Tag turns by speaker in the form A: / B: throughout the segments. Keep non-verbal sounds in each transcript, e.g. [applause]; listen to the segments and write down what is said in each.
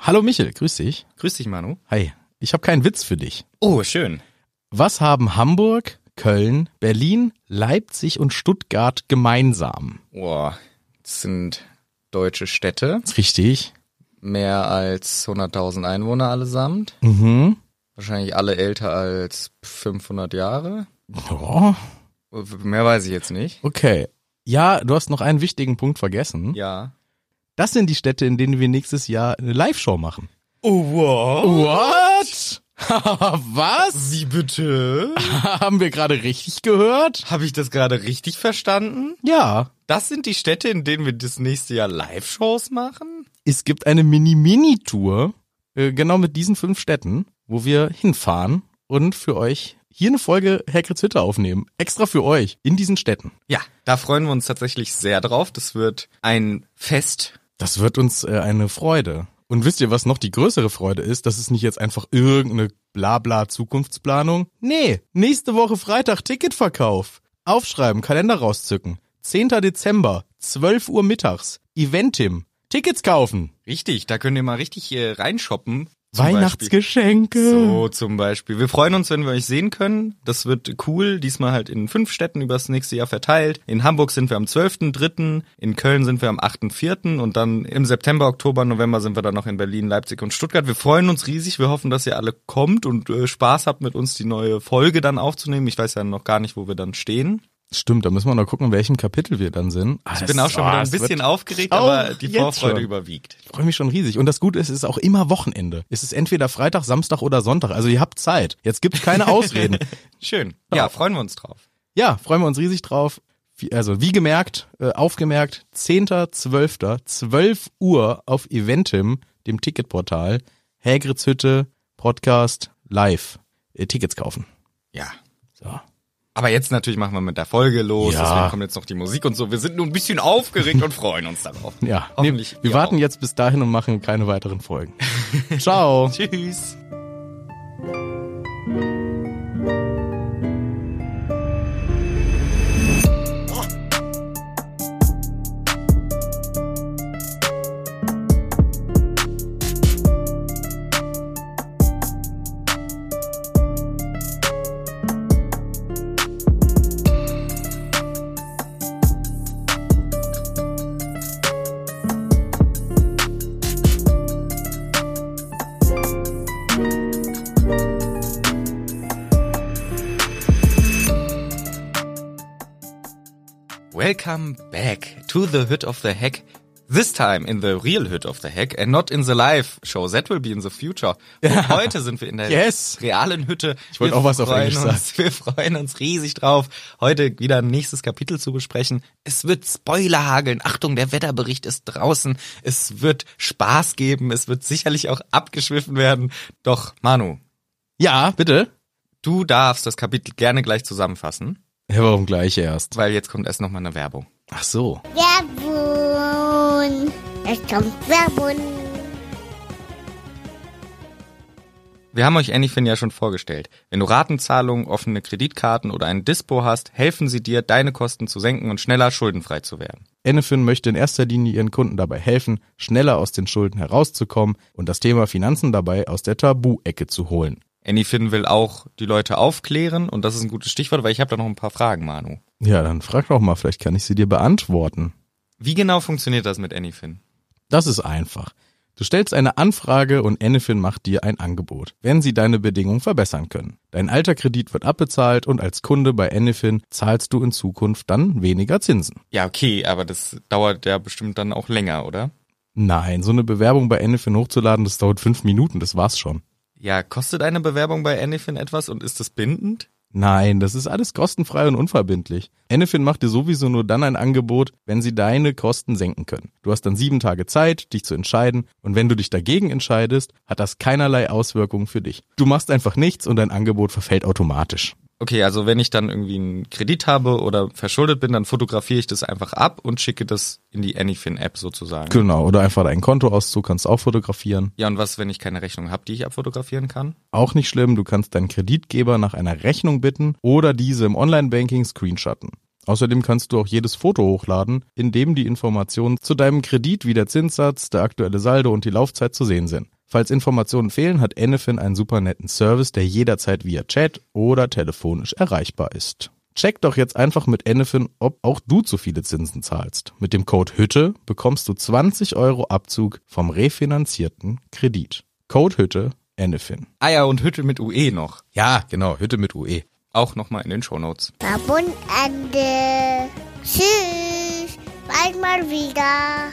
A: Hallo Michel, grüß dich.
B: Grüß dich, Manu.
A: Hi, ich habe keinen Witz für dich.
B: Oh, schön.
A: Was haben Hamburg, Köln, Berlin, Leipzig und Stuttgart gemeinsam?
B: Boah, Oh, das sind deutsche Städte,
A: Ist richtig.
B: mehr als 100.000 Einwohner allesamt,
A: Mhm.
B: wahrscheinlich alle älter als 500 Jahre.
A: Ja,
B: Mehr weiß ich jetzt nicht.
A: okay. Ja, du hast noch einen wichtigen Punkt vergessen.
B: Ja.
A: Das sind die Städte, in denen wir nächstes Jahr eine Live-Show machen.
B: Oh, wow.
A: What? [laughs] Was?
B: Wie bitte?
A: Haben wir gerade richtig gehört?
B: Habe ich das gerade richtig verstanden?
A: Ja.
B: Das sind die Städte, in denen wir das nächste Jahr Live-Shows machen?
A: Es gibt eine Mini-Mini-Tour, äh, genau mit diesen fünf Städten, wo wir hinfahren und für euch hier eine Folge Hagrid's Hütte aufnehmen. Extra für euch in diesen Städten.
B: Ja. Da freuen wir uns tatsächlich sehr drauf. Das wird ein Fest.
A: Das wird uns äh, eine Freude. Und wisst ihr, was noch die größere Freude ist? Das ist nicht jetzt einfach irgendeine blabla Zukunftsplanung. Nee, nächste Woche Freitag Ticketverkauf. Aufschreiben, Kalender rauszücken. 10. Dezember, 12 Uhr mittags. Eventim. Tickets kaufen.
B: Richtig, da könnt ihr mal richtig hier reinshoppen. Zum Beispiel.
A: Weihnachtsgeschenke.
B: So zum Beispiel. Wir freuen uns, wenn wir euch sehen können. Das wird cool. Diesmal halt in fünf Städten übers nächste Jahr verteilt. In Hamburg sind wir am 12.3., in Köln sind wir am 8.4. und dann im September, Oktober, November sind wir dann noch in Berlin, Leipzig und Stuttgart. Wir freuen uns riesig. Wir hoffen, dass ihr alle kommt und äh, Spaß habt, mit uns die neue Folge dann aufzunehmen. Ich weiß ja noch gar nicht, wo wir dann stehen.
A: Stimmt, da müssen wir noch gucken, in welchem Kapitel wir dann sind. Also
B: Ich bin auch schon wieder ein bisschen aufgeregt,
A: Oh,
B: aber die
A: jetzt
B: Vorfreude
A: schon.
B: überwiegt.
A: Ich freue mich schon riesig. Und das Gute ist, es ist auch immer Wochenende. Es ist entweder Freitag, Samstag oder Sonntag. Also ihr habt Zeit. Jetzt gibt's
B: [laughs]
A: keine Ausreden.
B: Schön. Ja, freuen wir uns drauf.
A: Ja, freuen wir uns riesig drauf. Wie- Also wie gemerkt, äh, aufgemerkt, 10.12., 12 Uhr auf Eventim, dem Ticketportal, Hägritz Hütte, Podcast, live, äh, Tickets kaufen.
B: Ja.
A: So.
B: Aber jetzt natürlich machen wir mit der Folge los,
A: Ja.
B: deswegen kommt jetzt noch die Musik und so. Wir sind nur ein bisschen aufgeregt und freuen uns darauf.
A: Ja,
B: Hoffentlich
A: wir
B: ihr
A: warten
B: auch.
A: jetzt bis dahin und machen keine weiteren
B: [laughs]
A: Folgen. Ciao.
B: Tschüss. Welcome back to the Hood of the Hack. This time in the real Hood of the Hack and not in the live show. That will be in the future. Und heute sind wir in der
A: Yes.
B: realen Hütte. Ich
A: wollte auch was auf Englisch sagen.
B: uns, Wir freuen uns riesig drauf, heute wieder ein nächstes Kapitel zu besprechen. Es wird Spoiler hageln. Achtung, der Wetterbericht ist draußen. Es wird Spaß geben. Es wird sicherlich auch abgeschwiffen werden. Doch, Manu,
A: Ja, bitte.
B: du darfst das Kapitel gerne gleich zusammenfassen,
A: Ja, warum gleich erst?
B: weil jetzt kommt erst nochmal eine Werbung.
A: Ach so.
C: Werbung. Es kommt Werbung.
B: Wir haben euch Anyfin ja schon vorgestellt. Wenn du Ratenzahlungen, offene Kreditkarten oder ein Dispo hast, helfen sie dir, deine Kosten zu senken und schneller schuldenfrei zu werden.
A: Enefin möchte in erster Linie ihren Kunden dabei helfen, schneller aus den Schulden herauszukommen und das Thema Finanzen dabei aus der Tabu-Ecke zu holen.
B: Anyfin will auch die Leute aufklären und das ist ein gutes Stichwort, weil ich habe da noch ein paar Fragen, Manu.
A: Ja, dann frag doch mal, vielleicht kann ich sie dir beantworten.
B: Wie genau funktioniert das mit Anyfin?
A: Das ist einfach. Du stellst eine Anfrage und Enefin macht dir ein Angebot, wenn sie deine Bedingungen verbessern können. Dein alter Kredit wird abbezahlt und als Kunde bei Enefin zahlst du in Zukunft dann weniger Zinsen.
B: Ja, okay, aber das dauert ja bestimmt dann auch länger, oder?
A: Nein, so eine Bewerbung bei Enefin hochzuladen, das dauert fünf Minuten, das war's schon.
B: Ja, kostet eine Bewerbung bei Anyfin etwas und ist das bindend?
A: Nein, das ist alles kostenfrei und unverbindlich. Enefin macht dir sowieso nur dann ein Angebot, wenn sie deine Kosten senken können. Du hast dann sieben Tage Zeit, dich zu entscheiden und wenn du dich dagegen entscheidest, hat das keinerlei Auswirkungen für dich. Du machst einfach nichts und dein Angebot verfällt automatisch.
B: Okay, also wenn ich dann irgendwie einen Kredit habe oder verschuldet bin, dann fotografiere ich das einfach ab und schicke das in die Anyfin-App sozusagen.
A: Genau, oder einfach deinen Kontoauszug kannst auch fotografieren.
B: Ja, und was, wenn ich keine Rechnung habe, die ich abfotografieren kann?
A: Auch nicht schlimm, du kannst deinen Kreditgeber nach einer Rechnung bitten oder diese im Online-Banking screenshotten. Außerdem kannst du auch jedes Foto hochladen, in dem die Informationen zu deinem Kredit wie der Zinssatz, der aktuelle Saldo und die Laufzeit zu sehen sind. Falls Informationen fehlen, hat Anyfin einen super netten Service, der jederzeit via Chat oder telefonisch erreichbar ist. Check doch jetzt einfach mit Anyfin, ob auch du zu viele Zinsen zahlst. Mit dem Code Hütte bekommst du 20 Euro Abzug vom refinanzierten Kredit. Code Hütte, Anyfin.
B: Ah ja, und Hütte mit UE noch.
A: Ja, genau, Hütte mit UE.
B: Auch nochmal in den Shownotes.
C: Verbund Ende. Tschüss. Bald mal wieder.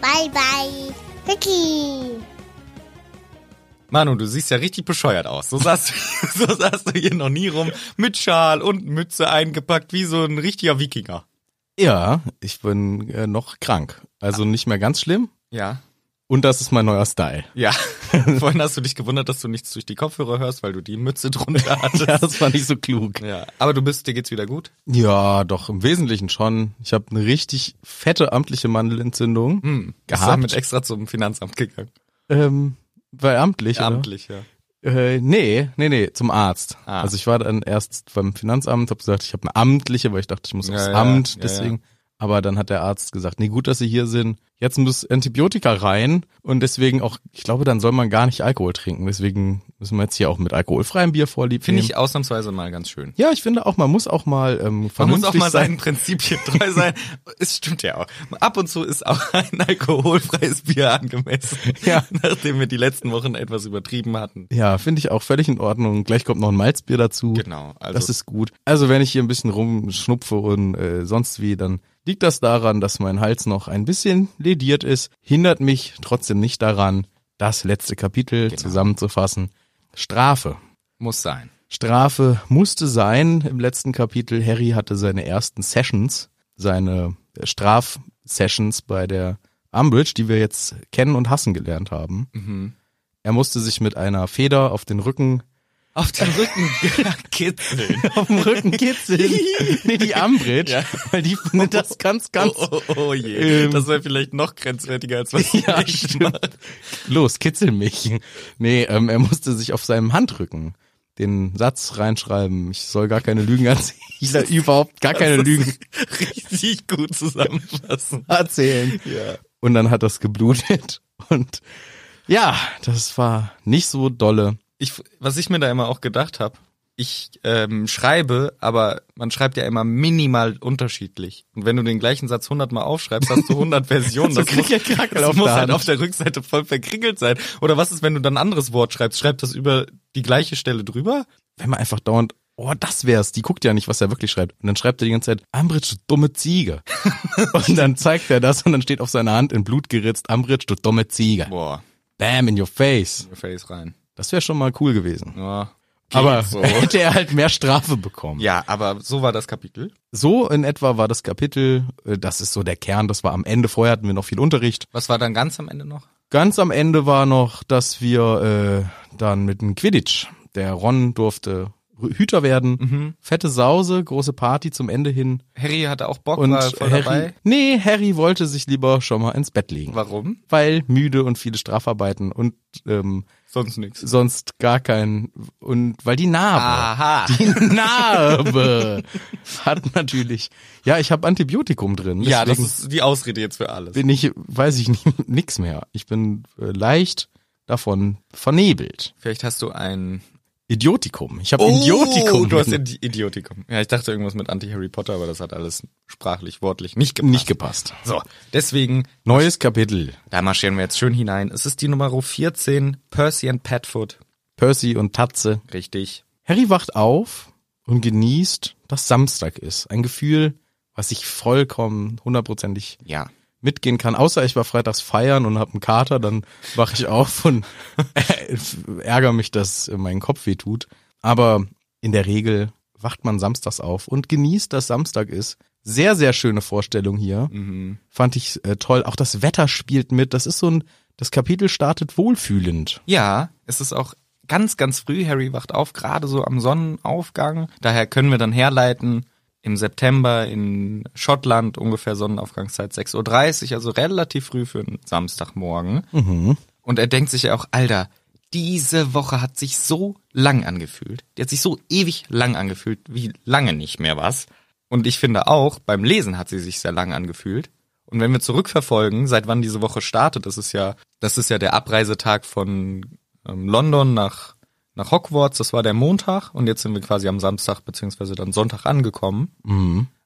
C: Bye bye. Vicky.
B: Manu, du siehst ja richtig bescheuert aus. So saßt, so saßt du hier [laughs] noch nie rum mit Schal und Mütze eingepackt wie so ein richtiger Wikinger.
A: Ja, ich bin äh, noch krank. Also nicht mehr ganz schlimm.
B: Ja.
A: Und das ist mein neuer Style.
B: Ja. [laughs] Vorhin hast du dich gewundert, dass du nichts durch die Kopfhörer hörst, weil du die Mütze drunter [laughs]
A: Ja,
B: hattest.
A: [laughs] das war nicht so klug.
B: ja. Aber du bist, dir geht's wieder gut?
A: Ja, doch, im Wesentlichen schon. Ich habe eine richtig fette amtliche Mandelentzündung.
B: Hm. Bist du
A: Gehabt.
B: damit extra zum Finanzamt gegangen?
A: Ähm, weil amtlich,
B: Amtlich, ja.
A: oder? Äh, nee, nee, nee, zum Arzt.
B: Ah.
A: Also ich war dann erst beim Finanzamt, habe gesagt, ich habe eine amtliche, weil ich dachte, ich muss
B: Ja,
A: aufs
B: ja,
A: Amt,
B: ja,
A: deswegen. Aber dann hat der Arzt gesagt, nee, gut, dass Sie hier sind. Jetzt muss Antibiotika rein und deswegen auch, ich glaube, dann soll man gar nicht Alkohol trinken. Deswegen müssen wir jetzt hier auch mit alkoholfreiem Bier vorlieb
B: Finde
A: nehmen.
B: ich ausnahmsweise mal ganz schön.
A: Ja, ich finde auch, man muss auch mal ähm,
B: Man muss auch
A: vernünftig
B: mal
A: sein.
B: seinen Prinzipien
A: [laughs]
B: treu sein. Es stimmt ja auch. Ab und zu ist auch ein alkoholfreies Bier angemessen.
A: Ja.
B: Nachdem wir die letzten Wochen etwas übertrieben hatten.
A: Ja, finde ich auch völlig in Ordnung. Gleich kommt noch ein Malzbier dazu.
B: Genau. Also
A: Das ist gut. Also wenn ich hier ein bisschen rumschnupfe und äh, sonst wie, dann liegt das daran, dass mein Hals noch ein bisschen lediert ist. Hindert mich trotzdem nicht daran, das letzte Kapitel zusammenzufassen. Strafe.
B: muss sein.
A: Strafe musste sein im letzten Kapitel. Harry hatte seine ersten Sessions, seine äh, Strafsessions bei der Umbridge, die wir jetzt kennen und hassen gelernt haben. Er musste sich mit einer Feder auf den Rücken
B: Auf den
A: [laughs]
B: Rücken kitzeln.
A: auf dem Rücken
B: [laughs]
A: kitzeln. nee, die Umbridge,
B: Ja.
A: weil die findet das ganz, ganz
B: [laughs] Oh, oh, oh je.
A: Ähm.
B: Das wäre vielleicht noch grenzwertiger als was
A: [laughs]
B: ich
A: Ja,
B: echt
A: stimmt.
B: mache.
A: los, kitzel mich. Nee, ähm, er musste sich auf seinem Handrücken den Satz reinschreiben, ich soll gar keine Lügen erzählen. [laughs] Ich soll überhaupt gar keine
B: Das ist
A: Lügen
B: Richtig gut zusammenfassen.
A: erzählen.
B: Ja.
A: Und dann hat das geblutet. Und ja, das war nicht so dolle.
B: ich, was ich mir da immer auch gedacht habe, ich ähm, schreibe, aber man schreibt ja immer minimal unterschiedlich. Und wenn du den gleichen Satz 100 Mal aufschreibst, hast
A: [laughs]
B: du 100 Versionen.
A: So kriegt ihr Krackel
B: das
A: auf
B: muss
A: der
B: halt
A: Hand.
B: auf der Rückseite voll verkringelt sein. Oder was ist, wenn du dann ein anderes Wort schreibst? Schreibst das über die gleiche Stelle drüber?
A: Wenn man einfach dauernd, oh, das wär's. Die guckt ja nicht, was er wirklich schreibt. Und dann schreibt er die ganze Zeit, Ambridge, du dumme
B: [laughs]
A: Ziege. und dann zeigt er das und dann steht auf seiner Hand in Blut geritzt, Ambridge, du dumme Ziege.
B: Boah,
A: Bam, in your face.
B: Face rein.
A: Das wäre schon mal cool gewesen.
B: Ja, geht
A: Aber [laughs]
B: so.
A: hätte er halt mehr Strafe bekommen.
B: ja, aber so war das Kapitel.
A: So in etwa war das Kapitel, äh, das ist so der Kern, das war am Ende. Vorher hatten wir noch viel Unterricht.
B: Was war dann ganz am Ende noch?
A: Ganz am Ende war noch, dass wir äh, dann mit dem Quidditch, der Ron durfte Hüter werden,
B: Mhm.
A: fette Sause, große Party zum Ende hin
B: Harry hatte auch Bock,
A: und
B: war voll
A: Harry,
B: dabei.
A: nee, Harry wollte sich lieber schon mal ins Bett legen,
B: Warum?
A: weil müde und viele Strafarbeiten und ähm,
B: Sonst nix.
A: sonst gar kein und weil die Narbe,
B: Aha.
A: die [laughs] Narbe hat natürlich, ja, ich habe Antibiotikum drin,
B: [laughs] Ja, das
A: deswegen
B: ist die Ausrede jetzt für alles.
A: bin ich, weiß ich nicht, [laughs] nix mehr. Ich bin äh, leicht davon vernebelt.
B: Vielleicht hast du ein
A: Idiotikum. Ich habe Idiotikum.
B: Oh, Du hast Idi Idiotikum. Ja, ich dachte irgendwas mit Anti-Harry Potter, aber das hat alles sprachlich, wortlich nicht gepasst.
A: nicht gepasst.
B: so, deswegen,
A: Neues Kapitel.
B: da marschieren wir jetzt schön hinein. Es ist die Nummer 14, Percy and Padfoot.
A: Percy und Tatze.
B: Richtig.
A: Harry wacht auf und genießt, dass Samstag ist. Ein Gefühl, was ich vollkommen hundertprozentig
B: Ja.
A: mitgehen kann. Außer ich war freitags feiern und hab einen Kater, dann wache ich auf und [laughs] ärgere mich, dass mein Kopf weh tut. Aber in der Regel wacht man samstags auf und genießt, dass Samstag ist. Sehr, sehr schöne Vorstellung hier.
B: Mhm.
A: Fand ich äh, toll. Auch das Wetter spielt mit. Das ist so ein, das Kapitel startet wohlfühlend.
B: Ja, es ist auch ganz, ganz früh. Harry wacht auf, gerade so am Sonnenaufgang. Daher können wir dann herleiten, im September in Schottland ungefähr Sonnenaufgangszeit 6.30 Uhr, also relativ früh für einen Samstagmorgen. Und er denkt sich ja auch, Alter, diese Woche hat sich so lang angefühlt. Die hat sich so ewig lang angefühlt, wie lange nicht mehr was. Und ich finde auch, beim Lesen hat sie sich sehr lang angefühlt. Und wenn wir zurückverfolgen, seit wann diese Woche startet, das ist ja, das ist ja der Abreisetag von ähm, London nach, nach Hogwarts, das war der Montag und jetzt sind wir quasi am Samstag beziehungsweise dann Sonntag angekommen.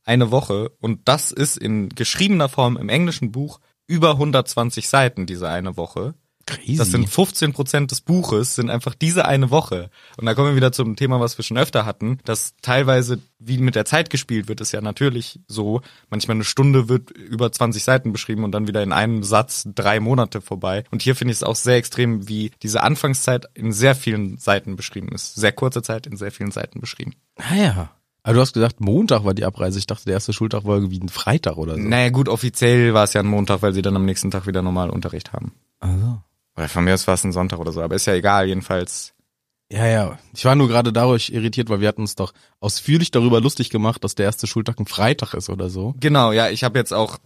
B: Eine Woche und das ist in geschriebener Form im englischen Buch über 120 Seiten diese eine Woche.
A: Crazy.
B: Das sind 15 Prozent des Buches, sind einfach diese eine Woche. Und da kommen wir wieder zum Thema, was wir schon öfter hatten, dass teilweise, wie mit der Zeit gespielt wird, ist ja natürlich so. Manchmal eine Stunde wird über 20 Seiten beschrieben und dann wieder in einem Satz drei Monate vorbei. Und hier finde ich es auch sehr extrem, wie diese Anfangszeit in sehr vielen Seiten beschrieben ist. Sehr kurze Zeit in sehr vielen Seiten beschrieben.
A: naja. Aber du hast gesagt, Montag war die Abreise. Ich dachte, der erste Schultag war irgendwie ein Freitag oder so.
B: Naja, gut, offiziell war es ja ein Montag, weil sie dann am nächsten Tag wieder normal Unterricht haben.
A: Also.
B: Oder von mir aus war es ein Sonntag oder so, aber ist ja egal, jedenfalls.
A: Ja, ja. Ich war nur gerade dadurch irritiert, weil wir hatten uns doch ausführlich darüber lustig gemacht, dass der erste Schultag ein Freitag ist oder so.
B: Genau, ja, ich habe jetzt auch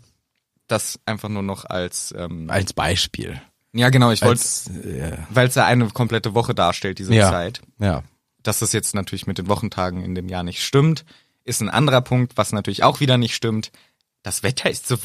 B: das einfach nur noch als ähm,
A: Als Beispiel.
B: ja genau, ich wollte,
A: Als, äh,
B: weil es ja eine komplette Woche darstellt diese
A: ja.
B: Zeit.
A: Ja.
B: Dass das jetzt natürlich mit den Wochentagen in dem Jahr nicht stimmt, ist ein anderer Punkt, was natürlich auch wieder nicht stimmt. Das Wetter ist so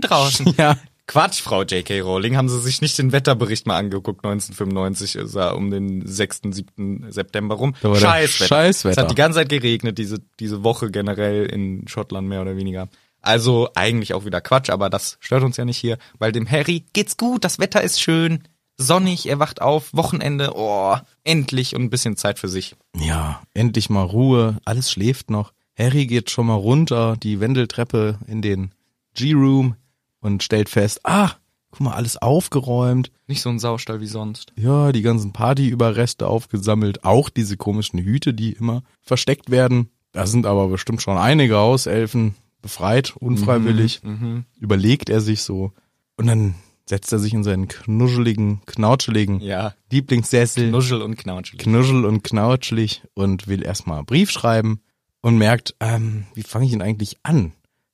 A: [laughs]
B: draußen.
A: [laughs] Ja.
B: Quatsch, Frau J.K. Rowling, haben Sie sich nicht den Wetterbericht mal angeguckt? 1995 ist er um den 6., 7. September rum.
A: Da war der
B: Scheißwetter.
A: Scheißwetter.
B: Es hat die ganze Zeit geregnet, diese, diese Woche generell in Schottland mehr oder weniger. Also eigentlich auch wieder Quatsch, aber das stört uns ja nicht hier, weil dem Harry geht's gut, das Wetter ist schön, sonnig, er wacht auf, Wochenende, oh, endlich und ein bisschen Zeit für sich.
A: Ja, endlich mal Ruhe, alles schläft noch. Harry geht schon mal runter die Wendeltreppe in den G-Room und stellt fest, ah, guck mal, alles aufgeräumt.
B: Nicht so ein Saustall wie sonst.
A: Ja, die ganzen Partyüberreste aufgesammelt, auch diese komischen Hüte, die immer versteckt werden. Da sind aber bestimmt schon einige Hauselfen befreit, unfreiwillig.
B: Mhm.
A: Überlegt er sich so und dann setzt er sich in seinen knuscheligen, knautscheligen
B: Ja,
A: Lieblingssessel.
B: Nuschel und Knautschel.
A: knuschel und knautschlich und will erstmal einen Brief schreiben und merkt, ähm, wie fange ich ihn eigentlich an?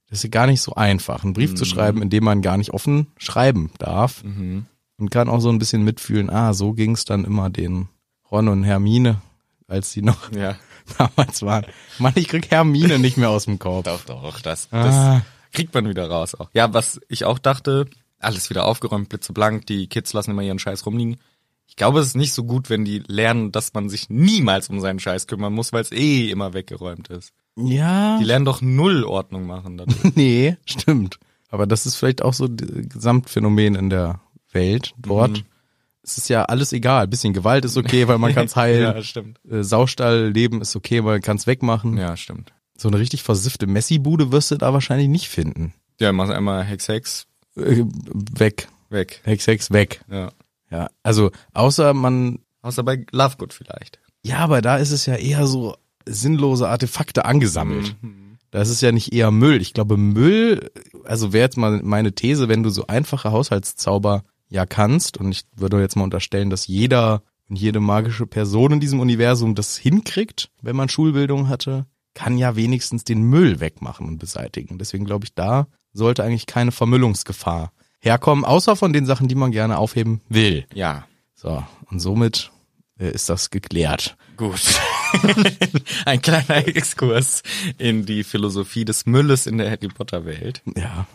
A: Das ist ja gar nicht so einfach, einen Brief zu
B: Mhm.
A: schreiben, in dem man gar nicht offen schreiben darf. Und kann auch so ein bisschen mitfühlen, ah, so ging's dann immer den Ron und Hermine, als sie noch
B: Ja.
A: [laughs] damals waren. Mann, ich krieg Hermine nicht mehr aus dem Korb.
B: Doch, doch, das, das
A: Ah.
B: kriegt man wieder raus auch. Ja, was ich auch dachte, alles wieder aufgeräumt, blitzeblank, die Kids lassen immer ihren Scheiß rumliegen. Ich glaube, es ist nicht so gut, wenn die lernen, dass man sich niemals um seinen Scheiß kümmern muss, weil es eh immer weggeräumt ist.
A: Ja.
B: Die lernen doch null Ordnung machen dadurch.
A: [laughs] Nee, stimmt. Aber das ist vielleicht auch so das Gesamtphänomen in der Welt dort. Es ist ja alles egal. bisschen Gewalt ist okay, weil man kann es heilen. [laughs]
B: Ja, stimmt.
A: Äh, Saustahl-Leben ist okay, weil man kann es wegmachen.
B: Ja, stimmt.
A: So eine richtig versiffte Messi-Bude wirst du da wahrscheinlich nicht finden.
B: Ja, mach einmal Hex Hex
A: Äh, weg.
B: weg.
A: Hex, Hex, weg.
B: Ja.
A: Ja, also außer man...
B: Außer bei Lovegood vielleicht.
A: Ja, aber da ist es ja eher so sinnlose Artefakte angesammelt. Das ist ja nicht eher Müll. Ich glaube, Müll, also wäre jetzt mal meine These, wenn du so einfache Haushaltszauber ja kannst, und ich würde jetzt mal unterstellen, dass jeder und jede magische Person in diesem Universum das hinkriegt, wenn man Schulbildung hatte, kann ja wenigstens den Müll wegmachen und beseitigen. Deswegen glaube ich, da sollte eigentlich keine Vermüllungsgefahr herkommen, außer von den Sachen, die man gerne aufheben will.
B: Ja.
A: So, und somit äh, ist das geklärt.
B: Gut. [laughs] Ein kleiner Exkurs in die Philosophie des Mülles in der Harry Potter Welt.
A: Ja.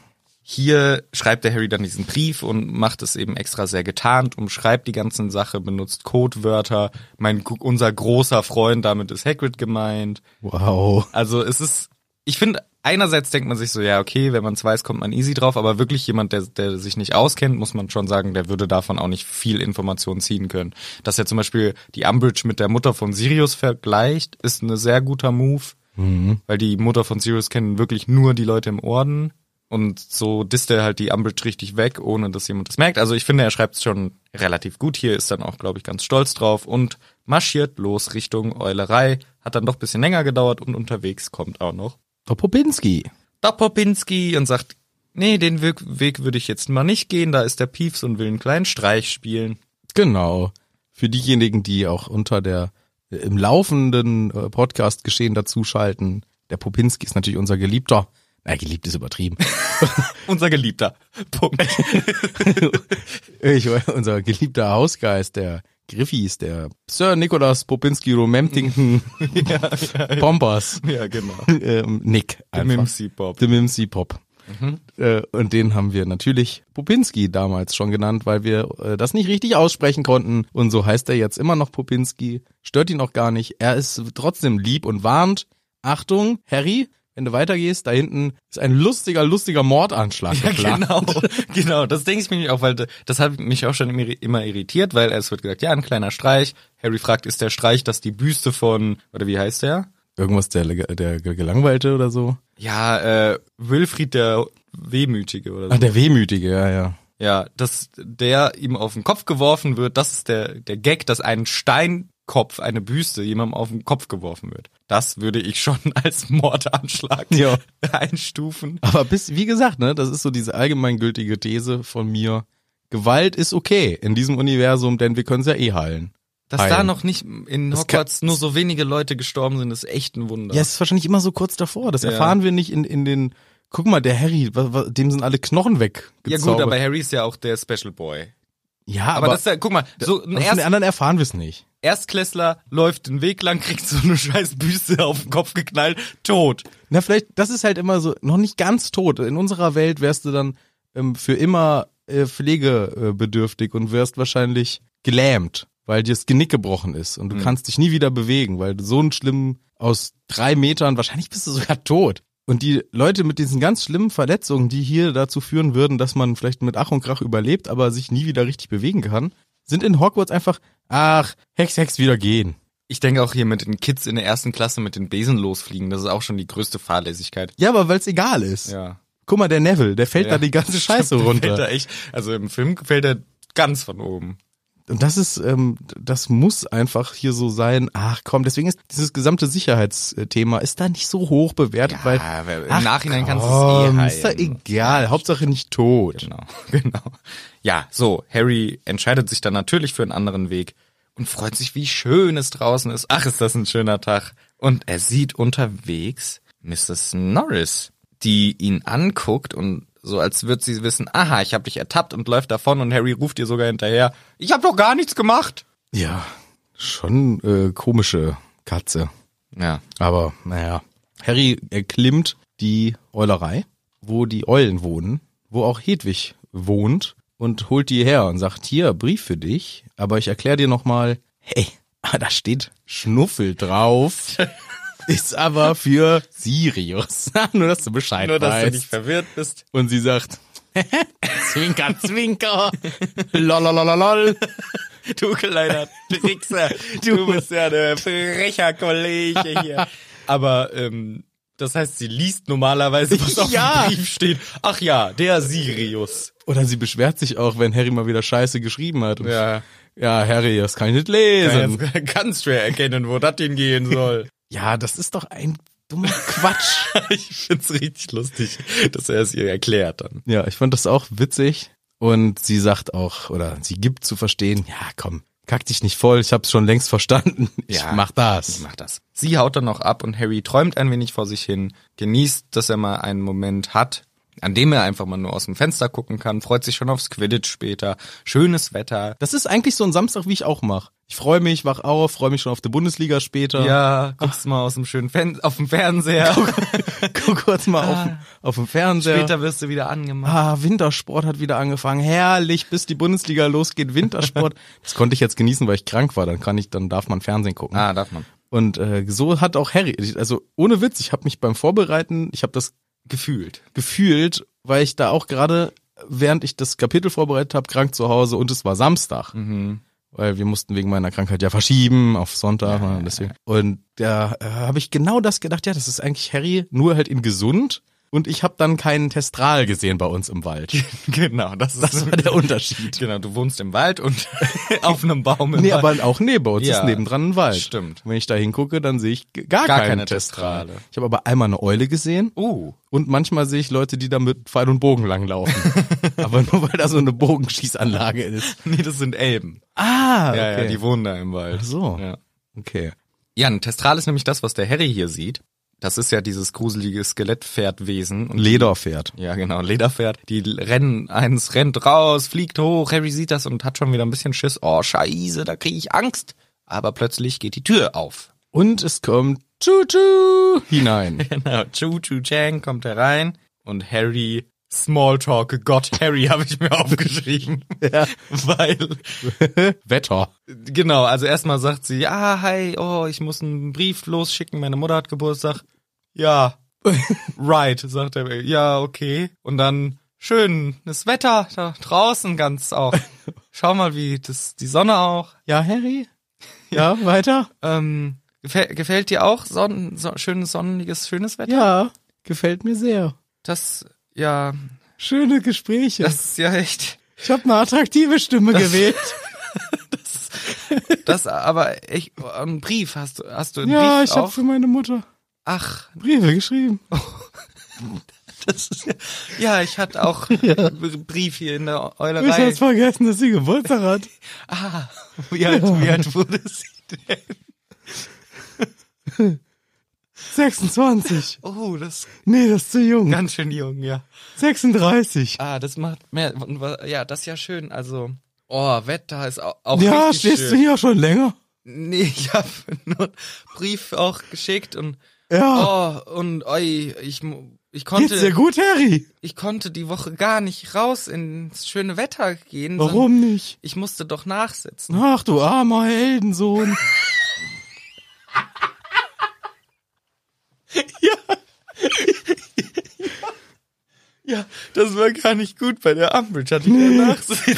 B: Hier schreibt der Harry dann diesen Brief und macht es eben extra sehr getarnt, umschreibt die ganze Sache, benutzt Codewörter. Mein, unser großer Freund, damit ist Hagrid gemeint.
A: Wow.
B: Also es ist, ich finde, einerseits denkt man sich so, ja, okay, wenn man es weiß, kommt man easy drauf, aber wirklich jemand, der, der sich nicht auskennt, muss man schon sagen, der würde davon auch nicht viel Information ziehen können. Dass er zum Beispiel die Umbridge mit der Mutter von Sirius vergleicht, ist ein sehr guter Move, weil die Mutter von Sirius kennen wirklich nur die Leute im Orden. Und so disst er halt die Umbridge richtig weg, ohne dass jemand das merkt. Also ich finde, er schreibt es schon relativ gut hier, ist dann auch, glaube ich, ganz stolz drauf und marschiert los Richtung Eulerei. Hat dann doch ein bisschen länger gedauert und unterwegs kommt auch noch
A: Frau Popinski.
B: da Popinski und sagt, nee, den Weg, Weg würde ich jetzt mal nicht gehen, da ist der Piefs und will einen kleinen Streich spielen.
A: Genau. Für diejenigen, die auch unter der äh, im laufenden äh, Podcast geschehen dazuschalten, der Popinski ist natürlich unser geliebter. Na, geliebt ist übertrieben. [laughs]
B: Unser Geliebter. Punkt.
A: ich, unser geliebter Hausgeist, der Griffis, der Sir Nicholas Popinski [laughs] Romampington Bombers.
B: Ja, genau.
A: ähm, Nick
B: Der
A: einfach.
B: Mimsy Bob.
A: The Mimsy Pop.
B: Mhm.
A: Äh, und den haben wir natürlich Popinski damals schon genannt, weil wir äh, das nicht richtig aussprechen konnten. Und so heißt er jetzt immer noch Popinski. Stört ihn auch gar nicht. Er ist trotzdem lieb und warnt. Achtung, Harry, wenn du weitergehst, da hinten ist ein lustiger, lustiger Mordanschlag.
B: [laughs] Ja,
A: geplant.
B: genau, genau. Das denke ich mir nämlich auch, weil das hat mich auch schon immer- immer irritiert, weil es wird gesagt, ja, ein kleiner Streich. Harry fragt, ist der Streich, dass die Büste von, oder wie heißt der?
A: Irgendwas der, der Gelangweilte oder so.
B: Ja, äh, Wilfried der Wehmütige oder so.
A: Ah, der Wehmütige, ja, ja.
B: Ja, dass der ihm auf den Kopf geworfen wird, das ist der, der Gag, dass ein Steinkopf, eine Büste jemandem auf den Kopf geworfen wird. Das würde ich schon [laughs] als Mordanschlag
A: Ja.
B: einstufen.
A: Aber bis, wie gesagt, ne, das ist so diese allgemeingültige These von mir. Gewalt ist okay in diesem Universum, denn wir können es ja eh heilen.
B: Dass
A: Heil.
B: da noch nicht in
A: Das kann-
B: Hogwarts nur so wenige Leute gestorben sind, ist echt ein Wunder.
A: Ja, es ist wahrscheinlich immer so kurz davor. Das
B: Ja.
A: erfahren wir nicht in, in den. Guck mal, der Harry, wa- wa- dem sind alle Knochen
B: ja
A: weggezaubert.
B: gut, aber Harry ist ja auch der Special Boy.
A: ja,
B: Aber,
A: aber,
B: das ist ja, guck mal, so
A: aber
B: ein
A: von den
B: Erst
A: anderen erfahren wir es nicht.
B: Erstklässler läuft den Weg lang, [laughs] kriegt so eine scheiß Büste auf den Kopf geknallt, tot.
A: Na, vielleicht, das ist halt immer so, noch nicht ganz tot. In unserer Welt wärst du dann ähm, für immer äh, pflegebedürftig und wärst wahrscheinlich gelähmt, weil dir das Genick gebrochen ist und du
B: Mhm.
A: kannst dich nie wieder bewegen, weil du so einen schlimmen, aus drei Metern, wahrscheinlich bist du sogar tot. Und die Leute mit diesen ganz schlimmen Verletzungen, die hier dazu führen würden, dass man vielleicht mit Ach und Krach überlebt, aber sich nie wieder richtig bewegen kann, sind in Hogwarts einfach, ach, Hex, Hex, wieder gehen.
B: Ich denke auch hier mit den Kids in der ersten Klasse mit den Besen losfliegen, das ist auch schon die größte Fahrlässigkeit.
A: Ja, aber weil es egal ist.
B: Ja.
A: Guck mal, der Neville, der fällt
B: Ja.
A: da die
B: [laughs]
A: ganze Scheiße
B: Der
A: runter.
B: Fällt er echt, also im Film fällt er ganz von oben.
A: Und das ist, ähm, das muss einfach hier so sein. Ach komm, deswegen ist dieses gesamte Sicherheitsthema ist da nicht so hoch bewertet, weil
B: aber im
A: ach,
B: Nachhinein kannst du es eh
A: komm,
B: heilen.
A: Ist da egal, Hauptsache nicht tot.
B: Genau, [laughs] genau. Ja, so, Harry entscheidet sich dann natürlich für einen anderen Weg und freut sich, wie schön es draußen ist. Ach, ist das ein schöner Tag. Und er sieht unterwegs Mrs. Norris, die ihn anguckt und so als würde sie wissen, aha, ich habe dich ertappt und läuft davon und Harry ruft ihr sogar hinterher, ich habe doch gar nichts gemacht.
A: Ja, schon äh, komische Katze.
B: Ja,
A: Aber naja, Harry erklimmt die Eulerei, wo die Eulen wohnen, wo auch Hedwig wohnt und holt die her und sagt, hier, Brief für dich, aber ich erkläre dir nochmal, hey, [laughs] da steht Schnuffel
B: [laughs]
A: drauf. Ist aber für Sirius. [laughs] Nur, dass du Bescheid
B: nur dass du
A: weißt.
B: nicht verwirrt bist.
A: Und sie
B: [laughs]
A: sagt, zwinker, zwinker, lololololol.
B: Du kleiner Trickser, du bist ja ein frecher Kollege hier. [laughs] Aber ähm, das heißt, sie liest normalerweise, was auf
A: Ja.
B: dem Brief steht. Ach ja, der Sirius.
A: Oder sie beschwert sich auch, wenn Harry mal wieder Scheiße geschrieben hat. Und
B: Ja.
A: ja, Harry, das kann ich nicht lesen.
B: ganz schwer erkennen, wo das hingehen soll.
A: Ja, das ist doch ein dummer Quatsch.
B: [laughs] ich find's richtig lustig, dass er es ihr erklärt dann.
A: [laughs] ja, ich fand das auch witzig. Und sie sagt auch, oder sie gibt zu verstehen, ja komm, kack dich nicht voll, ich hab's schon längst verstanden. Ich
B: Ja.
A: mach
B: Ich
A: das.
B: mach das. Sie haut dann noch ab und Harry träumt ein wenig vor sich hin, genießt, dass er mal einen Moment hat, an dem er einfach mal nur aus dem Fenster gucken kann, freut sich schon aufs Quidditch später, schönes Wetter.
A: Das ist eigentlich so ein Samstag, wie ich auch mache. Ich freue mich, wach auf, freue mich schon auf die Bundesliga später.
B: Ja, guckst mal aus dem schönen Fen auf dem [laughs] Fernseher.
A: [laughs] Guck kurz mal auf, auf dem Fernseher.
B: Später wirst du wieder angemacht.
A: Ah, Wintersport hat wieder angefangen. Herrlich, bis die Bundesliga losgeht. [laughs] Wintersport. Das konnte ich jetzt genießen, weil ich krank war. Dann kann ich, dann darf man Fernsehen gucken.
B: Ah, darf man.
A: Und äh, so hat auch Harry, also ohne Witz, ich habe mich beim Vorbereiten, ich habe das
B: Gefühlt.
A: gefühlt, weil ich da auch gerade, während ich das Kapitel vorbereitet habe, krank zu Hause und es war Samstag.
B: Mhm.
A: Weil wir mussten wegen meiner Krankheit ja verschieben auf Sonntag. und deswegen. Und da äh, habe ich genau das gedacht, ja, das ist eigentlich Harry, nur halt in gesund. Und ich habe dann keinen Testral gesehen bei uns im Wald.
B: [laughs] [laughs] Genau, das ist
A: Das war der Unterschied.
B: Genau, du wohnst im Wald [laughs] und auf einem Baum im
A: Nee,
B: Wald.
A: aber auch neben uns
B: Ja.
A: ist nebendran ein Wald.
B: Stimmt.
A: Wenn ich da hingucke, dann sehe ich g- gar,
B: Gar
A: keinen
B: keine
A: Testral.
B: Testrale.
A: Ich habe aber einmal eine Eule gesehen
B: Uh,
A: und manchmal sehe ich Leute, die da mit Pfeil und Bogen [laughs] langlaufen. aber nur weil da so eine Bogenschießanlage ist.
B: nee, das sind Elben.
A: Ah, okay.
B: Ja, ja, die wohnen da im Wald.
A: Ach so.
B: Ja.
A: okay.
B: ja, ein Testral ist nämlich das, was der Harry hier sieht. Das ist ja dieses gruselige Skelettpferdwesen. Und
A: Lederpferd.
B: Ja, genau, Lederpferd. Die rennen, eins rennt raus, fliegt hoch, Harry sieht das und hat schon wieder ein bisschen Schiss. Oh, scheiße, da kriege ich Angst. Aber plötzlich geht die Tür auf.
A: Und es kommt Choo-Choo hinein.
B: [laughs] Genau, Chu Chu Chang kommt herein und Harry Smalltalk, Gott Harry [laughs] habe ich mir aufgeschrieben. [laughs] Ja. Weil
A: [laughs] Wetter.
B: Genau, also erstmal sagt sie, ah, hi, oh, ich muss einen Brief losschicken, meine Mutter hat Geburtstag. Ja, [laughs] right, sagt er, ja, okay. Und dann, schön, das Wetter da draußen ganz auch. Schau mal, wie das, die Sonne auch.
A: Ja, Harry? Ja, weiter?
B: Ähm, gefäl gefällt dir auch Sonnen, so, schönes, sonniges, schönes Wetter?
A: Ja, gefällt mir sehr.
B: Das, ja,
A: Schöne Gespräche.
B: das ist ja echt,
A: ich habe eine attraktive Stimme gewählt. [laughs]
B: das aber echt, ein Brief, hast du, hast du einen
A: Ja,
B: Brief
A: ich habe
B: auch?
A: für meine Mutter
B: Ach,
A: Briefe geschrieben.
B: Das ist ja, ja, ich hatte
A: [laughs]
B: auch einen Brief hier in der
A: Ich
B: Eulerei.
A: hab's vergessen, dass sie Geburtstag hat.
B: Ah, wie alt, wie alt wurde sie denn?
A: 26.
B: Oh, das ist
A: Nee, das ist zu jung.
B: ganz schön jung, ja.
A: 36.
B: Ah, das macht mehr, ja, das ist ja schön, also, oh, Wetter ist auch, auch
A: Ja,
B: richtig
A: stehst du
B: schön.
A: hier schon länger?
B: Nee, ich habe nur einen Brief auch geschickt und,
A: Ja.
B: oh, und, oi, ich, mu- ich
A: Ah. Geht's dir
B: konnte,
A: gut, Harry?
B: ich konnte die Woche gar nicht raus ins schöne Wetter gehen. sondern
A: Warum nicht?
B: Ich musste doch nachsitzen.
A: Ach, du armer Heldensohn.
B: Ja, das war gar nicht gut bei der Ampel, hatte ich nee. nachsehen.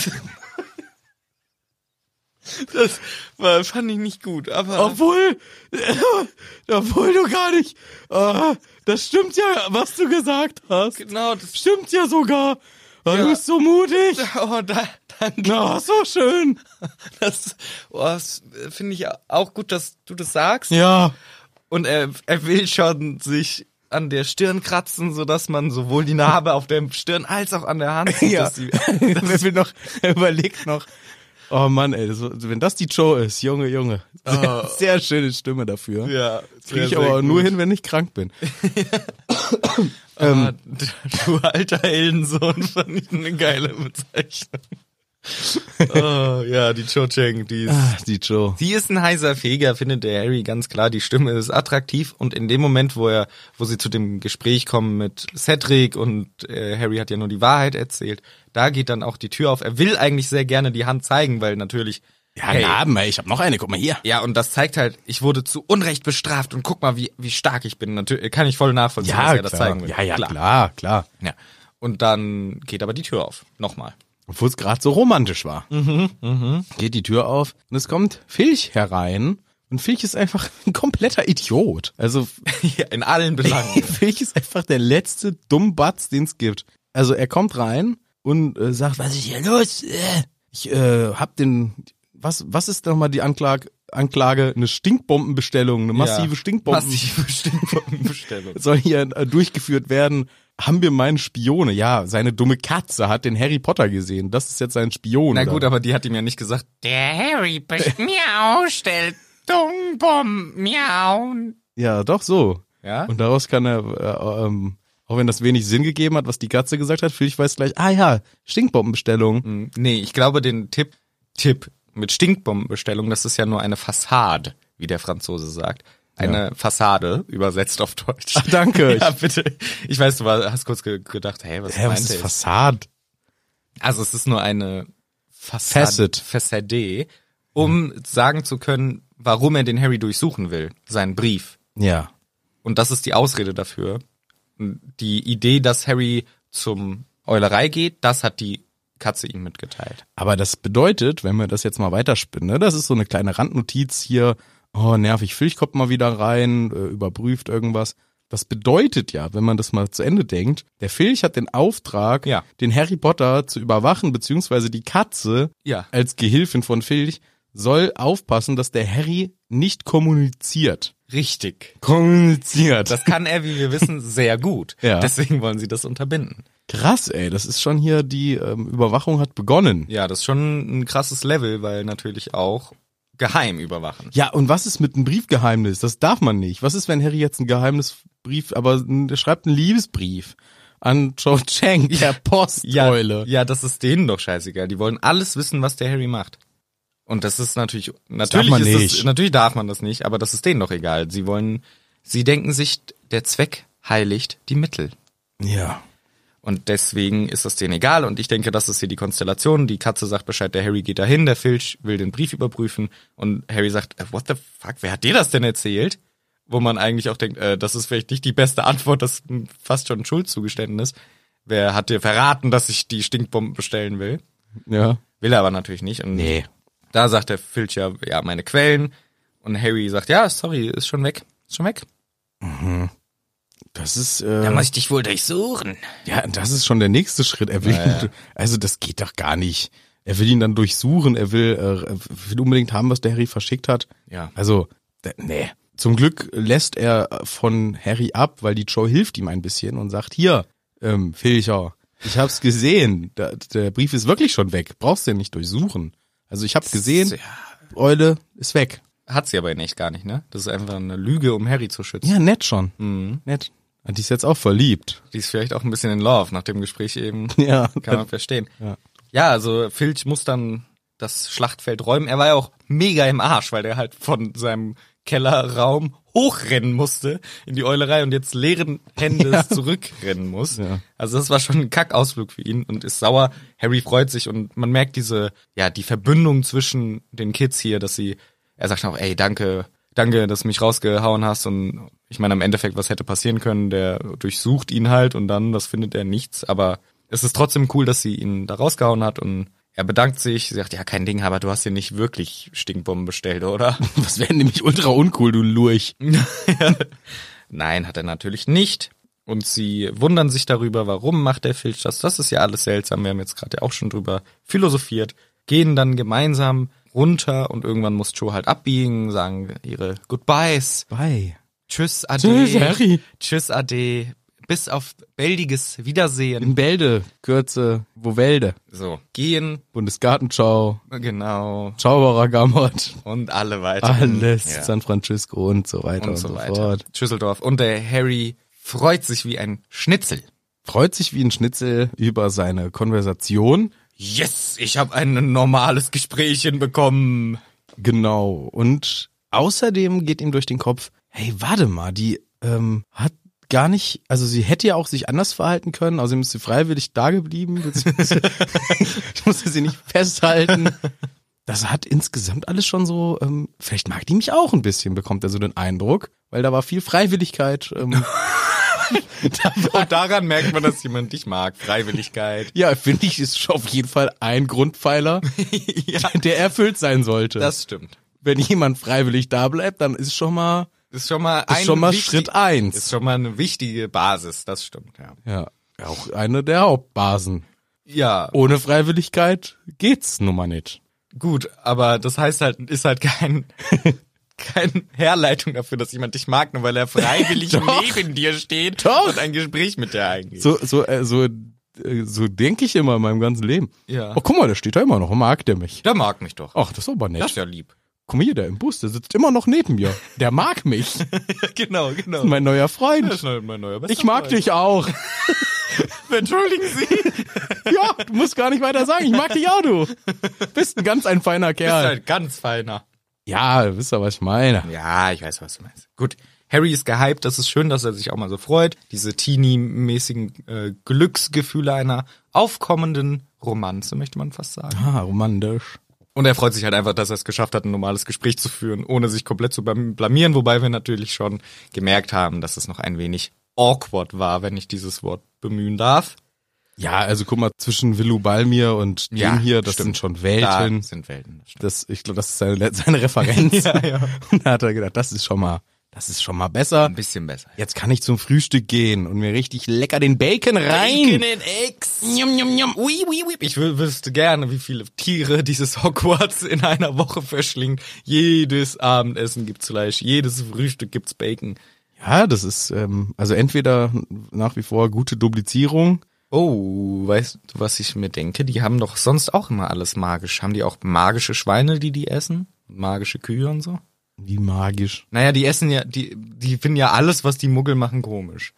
B: Das war, fand ich nicht gut, aber
A: Obwohl, [laughs] obwohl du gar nicht, Ah, das stimmt ja, was du gesagt hast.
B: genau, das
A: Stimmt ja sogar. Ah, Du
B: Ja.
A: bist so [laughs] mutig.
B: oh, da, danke.
A: Na, so schön.
B: Das, oh, das finde ich auch gut, dass du das sagst.
A: Ja.
B: Und er, er will schon sich an der Stirn kratzen, sodass man sowohl die Narbe auf der Stirn als auch an der Hand sieht.
A: Ja. [laughs]
B: Dass die,
A: Das will noch, er überlegt noch. Oh Mann, ey, das, wenn das die Joe ist, Junge, Junge. Sehr, [laughs] sehr schöne Stimme dafür.
B: ja,
A: Das kriege ich aber nur hin, wenn ich krank bin.
B: Ähm, [laughs] du alter Heldensohn, fand ich eine geile Bezeichnung. oh, ja, die Cho Chang, die ist.
A: Ah, die Joe.
B: Sie ist ein heiser Feger, findet der Harry ganz klar. Die Stimme ist attraktiv und in dem Moment, wo er, wo sie zu dem Gespräch kommen mit Cedric und äh, Harry hat ja nur die Wahrheit erzählt, da geht dann auch die Tür auf. Er will eigentlich sehr gerne die Hand zeigen, weil natürlich.
A: Ja, Narben, ey, ich hab noch eine, guck mal hier.
B: ja, und das zeigt halt, ich wurde zu Unrecht bestraft und guck mal, wie, wie stark ich bin. Natürlich kann ich voll nachvollziehen, dass er das zeigen will.
A: ja, ja, klar, klar.
B: Ja. Und dann geht aber die Tür auf. Nochmal. [laughs]
A: Obwohl es gerade so romantisch war.
B: Mhm,
A: Geht die Tür auf und es kommt Filch herein. Und Filch ist einfach [laughs] ein kompletter Idiot. Also
B: Ja, in allen
A: [laughs]
B: Belangen.
A: Filch ist einfach der letzte Dummbatz, den es gibt. Also er kommt rein und äh, sagt, was ist hier los? Äh, Ich äh, hab den, was, was ist nochmal die Anklage? Anklage, eine Stinkbombenbestellung, eine massive Stinkbomben. [laughs]
B: Massive Stinkbombenbestellung.
A: soll hier äh, durchgeführt werden. Haben wir meinen Spione? Ja, seine dumme Katze hat den Harry Potter gesehen. Das ist jetzt sein Spion.
B: Na
A: oder?
B: gut, aber die hat ihm ja nicht gesagt, der Harry best- [laughs] miau, stellt Dungbomben, miau.
A: Ja, doch so.
B: Ja?
A: Und daraus kann er, äh, ähm, auch wenn das wenig Sinn gegeben hat, was die Katze gesagt hat, Filch weiß gleich, ah ja, Stinkbombenbestellung.
B: Hm, Nee, ich glaube, den Tipp, Tipp mit Stinkbombenbestellung, das ist ja nur eine Fassade, wie der Franzose sagt. Eine Fassade, übersetzt auf Deutsch.
A: Ach, danke.
B: [laughs] ja, bitte. Ich weiß, du war- hast kurz ge- gedacht, hey, was
A: Hä, was
B: meint
A: ist
B: er? jetzt?
A: Fassad?
B: Also es ist nur eine Fassade,
A: Facet.
B: Facette, um sagen zu können, warum er den Harry durchsuchen will, seinen Brief.
A: Ja.
B: Und das ist die Ausrede dafür. Die Idee, dass Harry zum Eulerei geht, das hat die Katze ihm mitgeteilt.
A: Aber das bedeutet, wenn wir das jetzt mal weiterspinnen, ne, das ist so eine kleine Randnotiz hier, oh nervig, Filch kommt mal wieder rein, äh, überprüft irgendwas. Das bedeutet ja, wenn man das mal zu Ende denkt, der Filch hat den Auftrag,
B: Ja.
A: den Harry Potter zu überwachen, beziehungsweise die Katze
B: Ja.
A: als Gehilfin von Filch soll aufpassen, dass der Harry nicht kommuniziert.
B: Richtig.
A: Kommuniziert.
B: Das kann er, wie wir wissen, sehr gut.
A: Ja.
B: Deswegen wollen sie das unterbinden.
A: krass, ey, das ist schon hier, die ähm, Überwachung hat begonnen.
B: Ja, das ist schon ein krasses Level, weil natürlich auch geheim überwachen.
A: Ja, und was ist mit einem Briefgeheimnis? Das darf man nicht. Was ist, wenn Harry jetzt einen Geheimnisbrief, aber n- der schreibt einen Liebesbrief an Cho Chang per
B: Ja,
A: Posteule?
B: ja, das ist denen doch scheißegal. Die wollen alles wissen, was der Harry macht. Und das ist natürlich, natürlich
A: darf man
B: ist Das,
A: nicht.
B: natürlich darf man das nicht, aber das ist denen doch egal. Sie wollen, sie denken sich, der Zweck heiligt die Mittel.
A: ja.
B: Und deswegen ist das denen egal. Und ich denke, das ist hier die Konstellation. Die Katze sagt Bescheid, der Harry geht dahin, der Filch will den Brief überprüfen. Und Harry sagt, äh, what the fuck, wer hat dir das denn erzählt? Wo man eigentlich auch denkt, äh, das ist vielleicht nicht die beste Antwort, das ist hm, fast schon ein Schuldzugeständnis. Wer hat dir verraten, dass ich die Stinkbomben bestellen will?
A: Ja.
B: Will er aber natürlich nicht. Und nee. Da sagt der Filch ja, ja, meine Quellen. Und Harry sagt, ja, sorry, ist schon weg. Ist schon weg.
A: Das ist, äh,
B: ich dich wohl durchsuchen.
A: ja, das ist schon der nächste Schritt. Er will,
B: Naja.
A: [laughs] also das geht doch gar nicht. Er will ihn dann durchsuchen, er will, äh, will unbedingt haben, was der Harry verschickt hat.
B: Ja.
A: Also, d- nee. Zum Glück lässt er von Harry ab, weil die Joe hilft ihm ein bisschen und sagt, hier, ähm, Filcher, ich hab's gesehen. Da, der Brief ist wirklich schon weg. Brauchst den nicht durchsuchen. Also ich hab gesehen,
B: Ja.
A: Eule ist weg.
B: Hat sie aber in echt gar nicht, ne? Das ist einfach eine Lüge, um Harry zu schützen.
A: Ja, nett schon.
B: Mhm.
A: Nett. Und Die ist jetzt auch verliebt.
B: Die ist vielleicht auch ein bisschen in Love nach dem Gespräch eben.
A: [laughs] Ja.
B: Kann man verstehen.
A: Ja.
B: ja, also Filch muss dann das Schlachtfeld räumen. Er war ja auch mega im Arsch, weil der halt von seinem Kellerraum hochrennen musste in die Eulerei und jetzt leeren Händes zurückrennen muss.
A: Ja.
B: Also das war schon ein Kackausflug für ihn und ist sauer. Harry freut sich und man merkt diese, ja, die Verbindung zwischen den Kids hier, dass sie, er sagt auch, ey, danke, danke, dass du mich rausgehauen hast und ich meine, im Endeffekt, was hätte passieren können? Der durchsucht ihn halt und dann, das findet er nichts, aber es ist trotzdem cool, dass sie ihn da rausgehauen hat und er bedankt sich, sie sagt, ja, kein Ding, aber du hast hier nicht wirklich Stinkbomben bestellt, oder? [laughs]
A: Das wäre nämlich ultra uncool, du Lurch.
B: Nein, hat er natürlich nicht. Und sie wundern sich darüber, warum macht der Filch das? Das ist ja alles seltsam. Wir haben jetzt gerade ja auch schon drüber philosophiert. Gehen dann gemeinsam runter und irgendwann muss Joe halt abbiegen, sagen ihre Goodbyes.
A: Bye.
B: Tschüss, Ade.
A: Tschüss, Harry.
B: Tschüss, Ade. Bis auf baldiges Wiedersehen.
A: In Bälde, Kürze, Wovelde,
B: So, gehen,
A: Bundesgartenschau,
B: genau.
A: Ciao, Baragammert,
B: Und alle weiter.
A: alles,
B: Ja.
A: San Francisco und so weiter und,
B: Und so weiter.
A: fort.
B: Schüsseldorf. Und der Harry freut sich wie ein Schnitzel.
A: Freut sich wie ein Schnitzel über seine Konversation.
B: Yes, ich habe ein normales Gespräch hinbekommen.
A: Genau. Und außerdem geht ihm durch den Kopf, hey, warte mal, die ähm, hat gar nicht, also sie hätte ja auch sich anders verhalten können, außerdem ist sie freiwillig da geblieben, beziehungsweise [laughs] ich musste sie nicht festhalten. Das hat insgesamt alles schon so, ähm, vielleicht mag die mich auch ein bisschen, bekommt er so den Eindruck, weil da war viel Freiwilligkeit.
B: [laughs]
A: Ähm,
B: Und daran merkt man, dass jemand dich mag.
A: [laughs]
B: Freiwilligkeit.
A: ja, finde ich, ist schon auf jeden Fall ein Grundpfeiler, der erfüllt sein sollte.
B: Das stimmt.
A: Wenn jemand freiwillig da bleibt, dann ist schon mal
B: Ist schon mal
A: Ist
B: ein
A: schon mal
B: wichtig-
A: Schritt eins.
B: Ist schon mal eine wichtige Basis. Das stimmt, ja.
A: Ja, auch eine der Hauptbasen.
B: Ja,
A: Ohne Freiwilligkeit geht's nun mal nicht.
B: gut, aber das heißt halt, ist
A: [laughs]
B: halt kein, keine Herleitung dafür, dass jemand dich mag, nur weil er
A: [laughs]
B: freiwillig
A: Doch.
B: neben dir steht
A: Doch.
B: und ein Gespräch mit dir eingeht.
A: So, so, äh, so, äh, so denke ich immer in meinem ganzen Leben.
B: Ja.
A: Oh, guck mal, der steht da immer noch, mag der mich.
B: Der mag mich doch.
A: Ach, das ist aber nett.
B: Das ist
A: [laughs]
B: ja lieb.
A: Guck mal hier, der im Bus, der sitzt immer noch neben mir. Der mag
B: [laughs]
A: mich.
B: genau, genau.
A: mein neuer
B: Das ist
A: Freund.
B: mein neuer bester
A: Ich mag
B: Freund.
A: dich auch.
B: Entschuldigen Sie.
A: [laughs] Ja, du musst gar nicht weiter sagen. Ich mag dich auch, du. Bist ein ganz ein feiner
B: Bist
A: Kerl.
B: halt ganz feiner.
A: Ja, du wisst ja, was ich meine.
B: Ja, ich weiß, was du meinst. Gut. Harry ist gehypt, das ist schön, dass er sich auch mal so freut. Diese teenie-mäßigen äh, Glücksgefühle einer aufkommenden Romanze, möchte man fast sagen.
A: Ah, romantisch.
B: Und er freut sich halt einfach, dass er es geschafft hat, ein normales Gespräch zu führen, ohne sich komplett zu blam- blamieren, wobei wir natürlich schon gemerkt haben, dass es noch ein wenig awkward war, wenn ich dieses Wort bemühen darf.
A: Ja, also guck mal, zwischen Willu Balmir und dem
B: Ja,
A: hier, das
B: stimmt.
A: sind schon
B: Da
A: Welten.
B: sind Welten. das stimmt.
A: Das, ich glaube, das ist seine, le- seine Referenz.
B: [laughs] Ja, ja.
A: Und da hat er gedacht, das ist schon mal, das ist schon mal besser.
B: Ein bisschen besser.
A: Jetzt kann ich zum Frühstück gehen und mir richtig lecker den Bacon rein.
B: Bacon and Eggs. Yum, yum, yum. Ui, ui, ui. Ich wü- wüsste gerne, wie viele Tiere dieses Hogwarts in einer Woche verschlingt. Jedes Abendessen gibt's Fleisch, jedes Frühstück gibt's Bacon.
A: Ja, das ist ähm, also entweder nach wie vor gute Duplizierung.
B: Oh, weißt du, was ich mir denke? Die haben doch sonst auch immer alles magisch. Haben die auch magische Schweine, die die essen? Magische Kühe und so.
A: Wie magisch.
B: Naja, die essen ja, die, die finden ja alles, was die Muggel machen, komisch.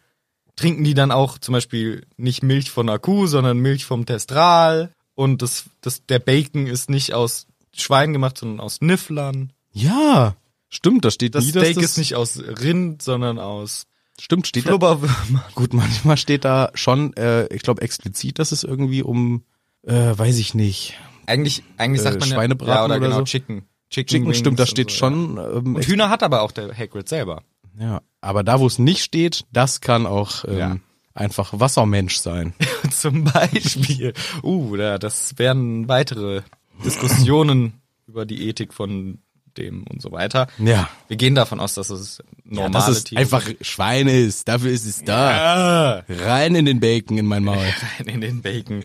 B: Trinken die dann auch zum Beispiel nicht Milch von einer Kuh, sondern Milch vom Testral. Und das, das, der Bacon ist nicht aus Schwein gemacht, sondern aus Nifflern.
A: Ja, stimmt, da steht
B: Das
A: nie, dass
B: Steak
A: das,
B: ist nicht aus Rind, sondern aus
A: Stimmt, steht da,
B: Flubberwürmern.
A: gut, manchmal steht da schon, äh, ich glaube explizit, dass es irgendwie um, äh, weiß ich nicht,
B: Eigentlich, eigentlich
A: Äh,
B: sagt man
A: Schweinebraten
B: ja, ja, oder,
A: oder
B: genau,
A: so.
B: Chicken. Chicken,
A: Chicken,
B: Wings
A: stimmt, da
B: und
A: steht
B: so, Ja.
A: schon. Ähm,
B: Und
A: ex-
B: Hühner hat aber auch der Hagrid
A: [laughs]
B: selber.
A: ja, aber da, wo es nicht steht, das kann auch ähm,
B: Ja.
A: einfach Wassermensch sein.
B: Zum Beispiel. Uh, da, das werden weitere
A: [clears throat]
B: Diskussionen über die Ethik von dem und so weiter.
A: Ja.
B: Wir gehen davon aus, dass es normale
A: Ja, dass es
B: Tiere
A: einfach Schwein ist, dafür ist es da.
B: Ah,
A: Rein in den Bacon in mein
B: [laughs]
A: Maul.
B: rein in den Bacon.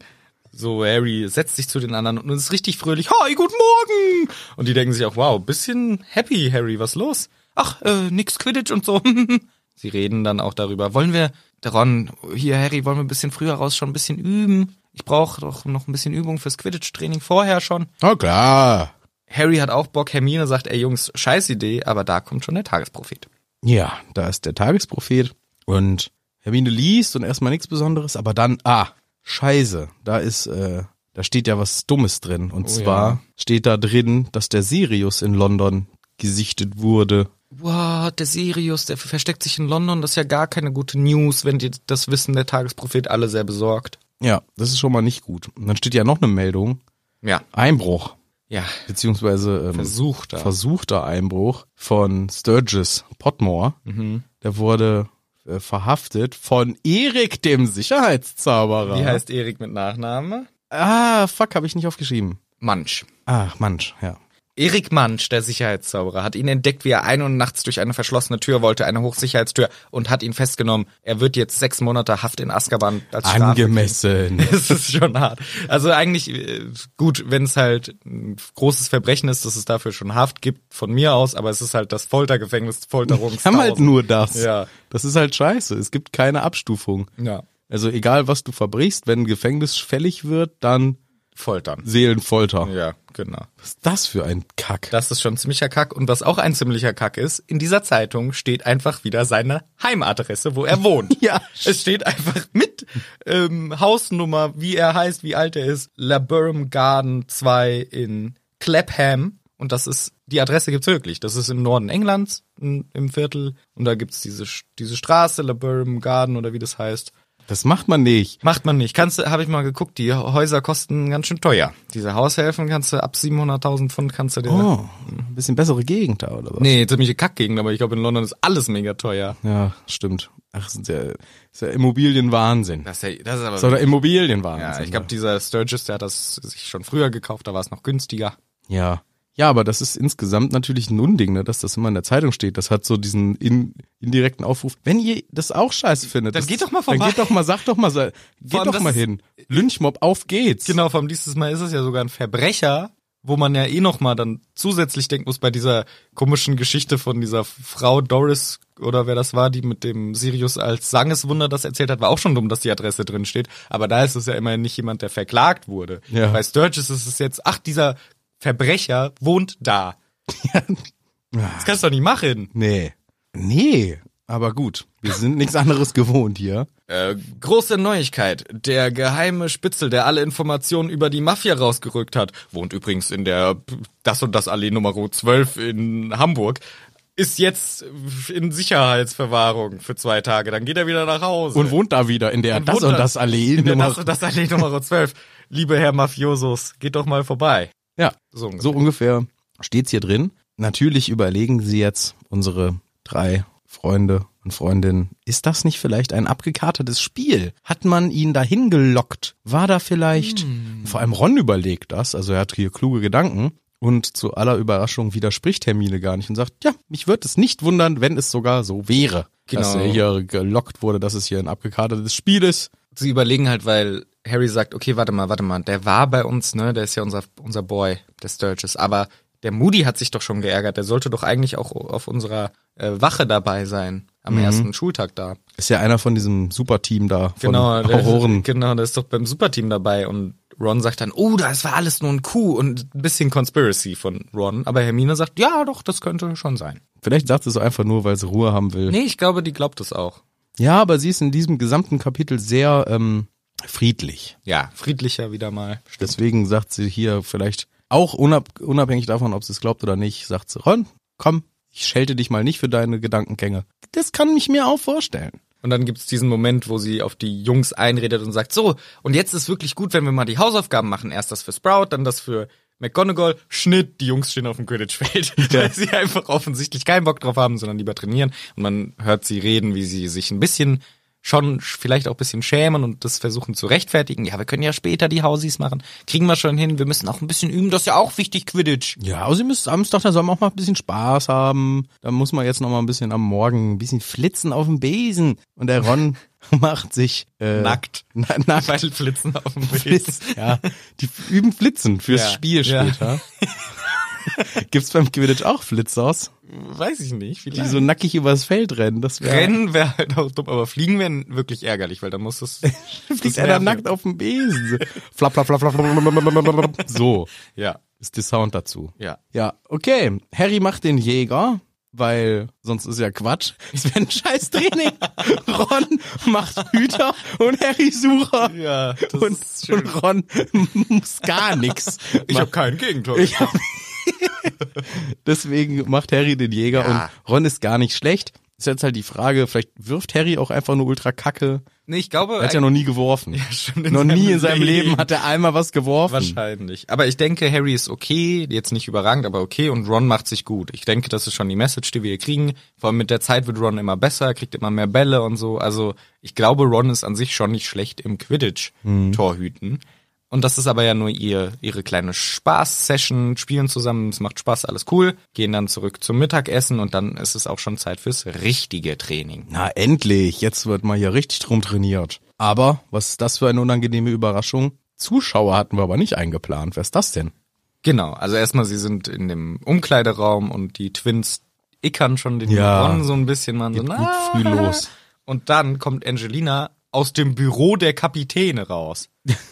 B: So, Harry setzt sich zu den anderen und ist richtig fröhlich. Hi, guten Morgen! Und die denken sich auch, wow, bisschen happy, Harry, was los? Ach, äh, nix Quidditch und so. [laughs] Sie reden dann auch darüber. Wollen wir, der Ron, hier, Harry, wollen wir ein bisschen früher raus schon ein bisschen üben? Ich brauche doch noch ein bisschen Übung fürs Quidditch-Training vorher schon.
A: Na klar.
B: Harry hat auch Bock, Hermine sagt, ey Jungs, scheiß Idee, aber da kommt schon der Tagesprophet.
A: Ja, da ist der Tagesprophet und Hermine liest und erstmal nichts Besonderes, aber dann, ah, scheiße, da ist, äh, da steht ja was Dummes drin.
B: Oh,
A: Und zwar steht da drin, dass der Sirius in London gesichtet wurde.
B: Wow, der Sirius, der versteckt sich in London, das ist ja gar keine gute News, wenn die das wissen, der Tagesprophet alle sehr besorgt.
A: Ja, das ist schon mal nicht gut. Und dann steht ja noch eine Meldung.
B: Ja.
A: Einbruch,
B: Ja.
A: beziehungsweise ähm,
B: Versuchter.
A: versuchter Einbruch von Sturgis Potmore.
B: Mhm.
A: Der wurde äh, verhaftet von Erik, dem Sicherheitszauberer.
B: Wie heißt Erik mit Nachname?
A: Ah, fuck, habe ich nicht aufgeschrieben.
B: Mansch.
A: Ach, Mensch, ja.
B: Erik Mansch, der Sicherheitszauberer, hat ihn entdeckt, wie er ein und nachts durch eine verschlossene Tür wollte, eine Hochsicherheitstür, und hat ihn festgenommen. Er wird jetzt sechs Monate Haft in Azkaban als Strafe [laughs]
A: [laughs] Angemessen.
B: Es ist schon hart. Also eigentlich äh, gut, wenn es halt ein großes Verbrechen ist, dass es dafür schon Haft gibt, von mir aus, aber es ist halt das Foltergefängnis, Folterung.
A: Wir haben halt nur das.
B: Ja.
A: Das ist halt scheiße. Es gibt keine Abstufung.
B: Ja.
A: Also egal, was du verbrichst, wenn ein Gefängnis fällig wird, dann
B: Foltern.
A: Seelenfolter.
B: Ja, genau.
A: Was ist das für ein Kack?
B: Das ist schon ein ziemlicher Kack. Und was auch ein ziemlicher Kack ist, in dieser Zeitung steht einfach wieder seine Heimadresse, wo er wohnt.
A: [laughs] Ja.
B: Es steht einfach mit ähm, Hausnummer, wie er heißt, wie alt er ist. Laburham Garden 2 in Clapham. Und das ist, die Adresse gibt's wirklich. Das ist im Norden Englands, m, im Viertel. Und da gibt's diese, Sch- diese Straße, Laburham Garden oder wie das heißt.
A: das macht man nicht.
B: Macht man nicht. Kannst du, habe ich mal geguckt, die Häuser kosten ganz schön teuer. Diese Haushälfen kannst du ab 700.000 Pfund kannst du dir
A: Oh, ein bisschen bessere Gegend da, oder was?
B: Nee, ziemliche Kackgegend, aber ich glaube, in London ist alles mega teuer.
A: Ja, stimmt. Ach, das ist ja, ist ja Immobilienwahnsinn.
B: Das ist, ja, das ist aber.
A: Das ist doch der Immobilienwahnsinn. ne?
B: ja, ich glaube, dieser Sturgis, der hat das sich schon früher gekauft, da war es noch günstiger.
A: Ja. Ja, aber das ist insgesamt natürlich ein Unding, ne, dass das immer in der Zeitung steht. Das hat so diesen in, indirekten Aufruf. Wenn ihr das auch scheiße findet,
B: Dann
A: das,
B: geht doch mal vorbei.
A: Dann geht doch mal, sagt doch mal, sei- geht
B: allem,
A: doch
B: das
A: mal
B: ist-
A: hin. Lynchmob, auf geht's.
B: Genau, vom dieses Mal ist es ja sogar ein Verbrecher, wo man ja eh nochmal dann zusätzlich denken muss bei dieser komischen Geschichte von dieser Frau Doris oder wer das war, die mit dem Sirius als Sangeswunder das erzählt hat, war auch schon dumm, dass die Adresse drin steht. Aber da ist es ja immerhin nicht jemand, der verklagt wurde.
A: Ja.
B: Bei Sturgis ist es jetzt, ach, dieser Verbrecher wohnt da. Das kannst du doch nicht machen.
A: Nee. Nee. Aber gut. Wir sind nichts anderes gewohnt hier.
B: Äh, große Neuigkeit. Der geheime Spitzel, der alle Informationen über die Mafia rausgerückt hat, wohnt übrigens in der P- das und das Allee Nummer 12 in Hamburg, ist jetzt in Sicherheitsverwahrung für zwei Tage. Dann geht er wieder nach Hause.
A: Und wohnt da wieder in der
B: Und
A: das
B: Äh, wohnt
A: und
B: da-
A: das Allee.
B: in der
A: Nummer-
B: das und das Allee Nummer 12. Liebe Herr Mafiosos, geht doch mal vorbei.
A: ja.
B: So ungefähr.
A: So ungefähr steht's hier drin. Natürlich überlegen Sie jetzt unsere drei Freunde und Freundinnen. Ist das nicht vielleicht ein abgekartetes Spiel? Hat man ihn dahin gelockt? War da vielleicht?
B: Hm.
A: Vor allem Ron überlegt das, also er hat hier kluge Gedanken. Und zu aller Überraschung widerspricht Hermine gar nicht und sagt, ja, mich würde es nicht wundern, wenn es sogar so wäre, dass
B: Genau.
A: er hier gelockt wurde, dass es hier ein abgekartetes Spiel ist.
B: Sie überlegen halt, weil Harry sagt, okay, warte mal, warte mal, der war bei uns, ne, der ist ja unser, unser Boy, der Sturgis, aber der Moody hat sich doch schon geärgert, der sollte doch eigentlich auch auf unserer äh, Wache dabei sein, am
A: Mhm.
B: ersten Schultag da.
A: Ist ja einer von diesem Superteam da, von
B: Genau, der,
A: Auroren.
B: genau, der ist doch beim Superteam dabei und Ron sagt dann, oh, das war alles nur ein Coup und ein bisschen Conspiracy von Ron. Aber Hermine sagt, ja, doch, das könnte schon sein.
A: Vielleicht sagt sie es einfach nur, weil sie Ruhe haben will.
B: Nee, ich glaube, die glaubt es auch.
A: Ja, aber sie ist in diesem gesamten Kapitel sehr ähm, friedlich.
B: Ja, friedlicher wieder mal.
A: Deswegen sagt sie hier vielleicht auch unab unabhängig davon, ob sie es glaubt oder nicht, sagt sie, Ron, komm, ich schelte dich mal nicht für deine Gedankengänge. Das kann ich mir auch vorstellen.
B: Und dann gibt's diesen Moment, wo sie auf die Jungs einredet und sagt, so, und jetzt ist wirklich gut, wenn wir mal die Hausaufgaben machen. Erst das für Sprout, dann das für McGonagall. Schnitt, die Jungs stehen auf dem Quidditch-Feld, [laughs] weil sie einfach offensichtlich keinen Bock drauf haben, sondern lieber trainieren. Und man hört sie reden, wie sie sich ein bisschen schon sch- vielleicht auch ein bisschen schämen und das versuchen zu rechtfertigen. Ja, wir können ja später die Hausies machen. Kriegen wir schon hin. Wir müssen auch ein bisschen üben. Das ist ja auch wichtig, Quidditch.
A: Ja, aber sie müssen Samstag, da soll man auch mal ein bisschen Spaß haben. Da muss man jetzt noch mal ein bisschen am Morgen ein bisschen flitzen auf dem Besen. Und der Ron [laughs] macht sich äh,
B: Nackt.
A: Na, nackt.
B: Weil Flitzen auf dem Bild.
A: Flitz. Ja, die üben Flitzen fürs
B: Ja,
A: Spiel
B: ja. [laughs]
A: später. Gibt's beim Quidditch auch Flitzers,
B: Weiß ich nicht.
A: die
B: Vielleicht.
A: so nackig übers Feld rennen? Das wär,
B: Rennen wäre halt auch dumm, aber fliegen wäre wirklich ärgerlich, weil dann muss
A: [laughs]
B: das.
A: fliegt einer nackt auf dem Besen. Flap, flap, flap, flap, flap, flap, flap, flap, flap. So
B: Ja,
A: ist der Sound dazu.
B: ja.
A: Ja, okay. Harry macht den Jäger, weil sonst ist ja Quatsch. Es
B: [laughs]
A: wäre ein scheiß Training. Ron macht Hüter und Harry Sucher.
B: Ja, das
A: und,
B: ist schön.
A: und Ron muss gar nix.
B: Ich
A: machen.
B: habe kein Gegentor.
A: Ich hab- Deswegen macht Harry den Jäger
B: Ja.
A: und Ron ist gar nicht schlecht. Ist jetzt halt die Frage, vielleicht wirft Harry auch einfach nur ultra Kacke.
B: nee, ich glaube,
A: Er hat ja noch nie geworfen.
B: [laughs] stimmt, in
A: noch
B: seinem
A: nie in seinem Leben.
B: Leben.
A: hat er einmal was geworfen.
B: [laughs] wahrscheinlich. Aber ich denke, Harry ist okay, jetzt nicht überragend, aber okay und Ron macht sich gut. Ich denke, das ist schon die Message, die wir hier kriegen. Vor allem mit der Zeit wird Ron immer besser, kriegt immer mehr Bälle und so. Also ich glaube, Ron ist an sich schon nicht schlecht im Quidditch-Torhüten. Und das ist aber ja nur ihr, ihre kleine Spaß-Session, spielen zusammen, es macht Spaß, alles cool, gehen dann zurück zum Mittagessen und dann ist es auch schon Zeit fürs richtige Training.
A: Na endlich, jetzt wird mal hier richtig drum trainiert. Aber was ist das für eine unangenehme Überraschung? Zuschauer hatten wir aber nicht eingeplant. Wer ist das denn?
B: Genau, also erstmal, sie sind in dem Umkleideraum und die Twins ickern schon den
A: Ja.
B: Ron so ein bisschen, man so,
A: Geht
B: na.
A: gut früh los.
B: Und dann kommt Angelina aus dem Büro der Kapitäne raus.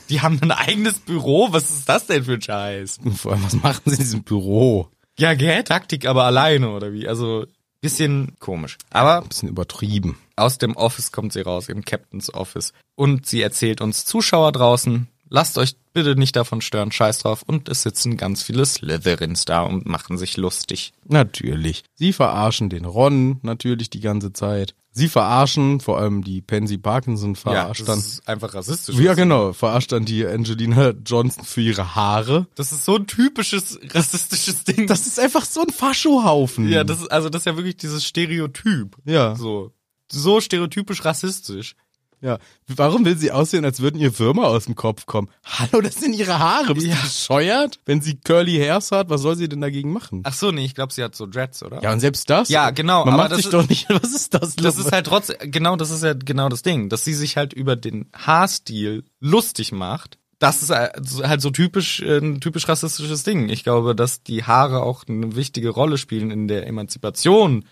B: Die haben ein eigenes Büro, was ist das denn für ein Scheiß?
A: Und vor allem, was machen sie in diesem Büro?
B: Ja, gell, Taktik aber alleine oder wie? Also, bisschen komisch. Aber
A: Bisschen übertrieben.
B: aus dem Office kommt sie raus, im Captain's Office. Und sie erzählt uns Zuschauer draußen, lasst euch bitte nicht davon stören, scheiß drauf. Und es sitzen ganz viele Slytherins da und machen sich lustig.
A: Natürlich. Sie verarschen den Ron natürlich die ganze Zeit. Sie verarschen, vor allem die Pansy Parkinson verarscht
B: das
A: dann.
B: ist einfach rassistisch.
A: Ja, genau. Verarscht dann die Angelina Johnson für ihre Haare.
B: Das ist so ein typisches rassistisches Ding.
A: Das ist einfach so ein Faschohaufen.
B: ja, das ist, also das ist ja wirklich dieses Stereotyp.
A: Mhm. Ja.
B: So. So stereotypisch rassistisch.
A: Ja, warum will sie aussehen, als würden ihr Würmer aus dem Kopf kommen? Hallo, das sind ihre Haare. Bist du bescheuert? Wenn sie curly Hairs hat, was soll sie denn dagegen machen?
B: Ach so, nee, ich glaube, sie hat so Dreads, oder?
A: Ja, und selbst das?
B: Ja, genau,
A: Man
B: aber
A: macht
B: das
A: sich
B: ist-
A: doch nicht, [laughs] was ist das?
B: Das ist halt trotzdem, genau, das ist ja genau das Ding, dass sie sich halt über den Haarstil lustig macht. Das ist halt so typisch, äh, ein typisch rassistisches Ding. Ich glaube, dass die Haare auch eine wichtige Rolle spielen in der Emanzipation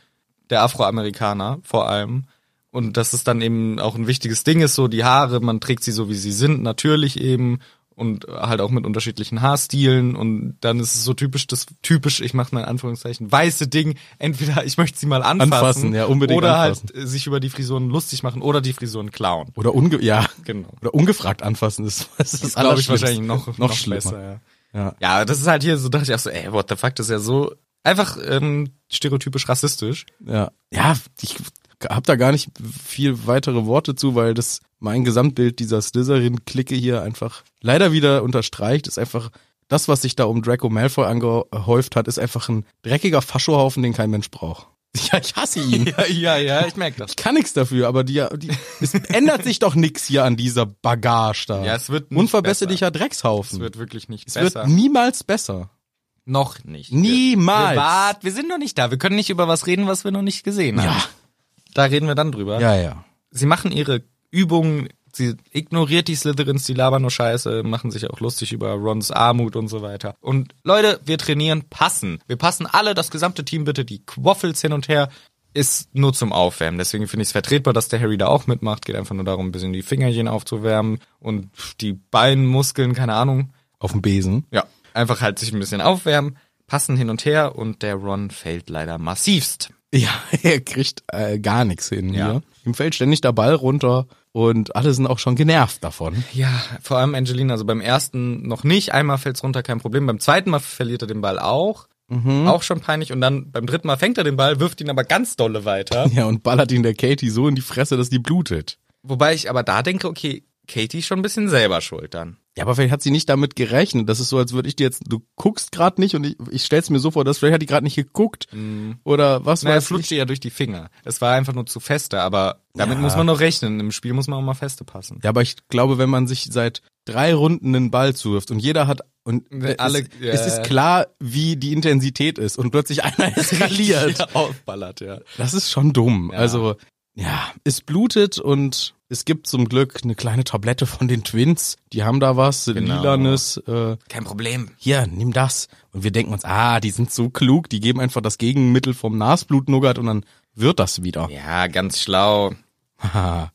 B: der Afroamerikaner vor allem. Und dass es dann eben auch ein wichtiges Ding ist, so die Haare, man trägt sie so, wie sie sind, natürlich eben und halt auch mit unterschiedlichen Haarstilen und dann ist es so typisch, das typisch, ich mache mal in Anführungszeichen, weiße Ding, entweder ich möchte sie mal anfassen,
A: Anfassen, ja, unbedingt
B: oder
A: anfassen.
B: halt äh, sich über die Frisuren lustig machen oder die Frisuren klauen.
A: oder unge ja,
B: Genau.
A: oder ungefragt anfassen ist, das [laughs] ist
B: Das glaube ich
A: Allerschlimmste.
B: wahrscheinlich noch, noch,
A: noch schlimmer.
B: besser, ja.
A: Ja.
B: Ja, das ist halt hier so, dachte ich auch so, ey, what the fuck, das ist ja so einfach ähm,
A: [laughs]
B: stereotypisch rassistisch.
A: Ja, ja, ich hab da gar nicht viel weitere Worte zu, weil das mein Gesamtbild dieser Slytherin-Clique hier einfach leider wieder unterstreicht, ist einfach das, was sich da um Draco Malfoy angehäuft hat, ist einfach ein dreckiger Faschohaufen, den kein Mensch braucht. [laughs] Ja, ich hasse ihn.
B: Ja, ja, ja, ich merke das.
A: Ich kann nichts dafür, aber die, die es ändert sich doch nichts hier an dieser Bagage da.
B: Ja, es wird nicht
A: Unverbesserlicher
B: Es
A: Dreckshaufen.
B: wird wirklich nicht
A: Es wird
B: besser.
A: niemals besser.
B: noch nicht.
A: Niemals.
B: Wir, wir, wart, wir sind noch nicht da. Wir können nicht über was reden, was wir noch nicht gesehen haben.
A: Ja.
B: Da reden wir dann drüber.
A: Ja, ja.
B: Sie machen ihre Übungen, sie ignoriert die Slytherins, die labern nur Scheiße, machen sich auch lustig über Rons Armut und so weiter. Und Leute, wir trainieren passen. Wir passen alle, das gesamte Team bitte die Quaffels hin und her. ist nur zum Aufwärmen. Deswegen finde ich es vertretbar, dass der Harry da auch mitmacht. Geht einfach nur darum, ein bisschen die Fingerchen aufzuwärmen und die Beinmuskeln, keine Ahnung.
A: Auf dem Besen.
B: Ja, einfach halt sich ein bisschen aufwärmen, passen hin und her und der Ron fällt leider massivst.
A: Ja, [laughs] er kriegt äh, gar nichts hin
B: Ja.
A: hier. Ihm fällt ständig der Ball runter und alle sind auch schon genervt davon. [laughs]
B: Ja, vor allem Angelina, also beim ersten noch nicht, einmal fällt's runter, kein Problem. Beim zweiten Mal verliert er den Ball auch.
A: Mhm.
B: Auch schon peinlich. Und dann beim dritten Mal fängt er den Ball, wirft ihn aber ganz
A: [laughs]
B: dolle weiter.
A: Ja, und ballert ihn der Katie so in die Fresse, dass die blutet.
B: Wobei ich aber da denke, okay, Katie ist schon ein bisschen selber schuld dann.
A: Ja, aber vielleicht hat sie nicht damit gerechnet. Das ist so, als würde ich dir jetzt, du guckst gerade nicht und ich, ich stell's mir so vor, dass vielleicht hat die gerade nicht geguckt oder was
B: Mhm. Naja,
A: weiß ich.
B: flutscht ihr ja durch die Finger. Es war einfach nur zu feste, aber damit
A: Ja.
B: muss man noch rechnen. Im Spiel muss man auch mal feste passen.
A: Ja, aber ich glaube, wenn man sich seit drei Runden einen Ball zuwirft und jeder hat und
B: Wenn alle-
A: es, es
B: ja.
A: ist klar, wie die Intensität ist und plötzlich [laughs] einer eskaliert.
B: Ja, [laughs] aufballert, ja.
A: Das ist schon dumm.
B: Ja.
A: Also, ja, es blutet und es gibt zum Glück eine kleine Tablette von den Twins. Die haben da was,
B: Genau.
A: lilanes. Äh,
B: Kein Problem.
A: hier, nimm das. Und wir denken uns, ah, die sind so klug, die geben einfach das Gegenmittel vom Nasblut-Nougat und dann wird das wieder.
B: Ja,
A: [laughs]
B: ganz schlau.
A: Haha.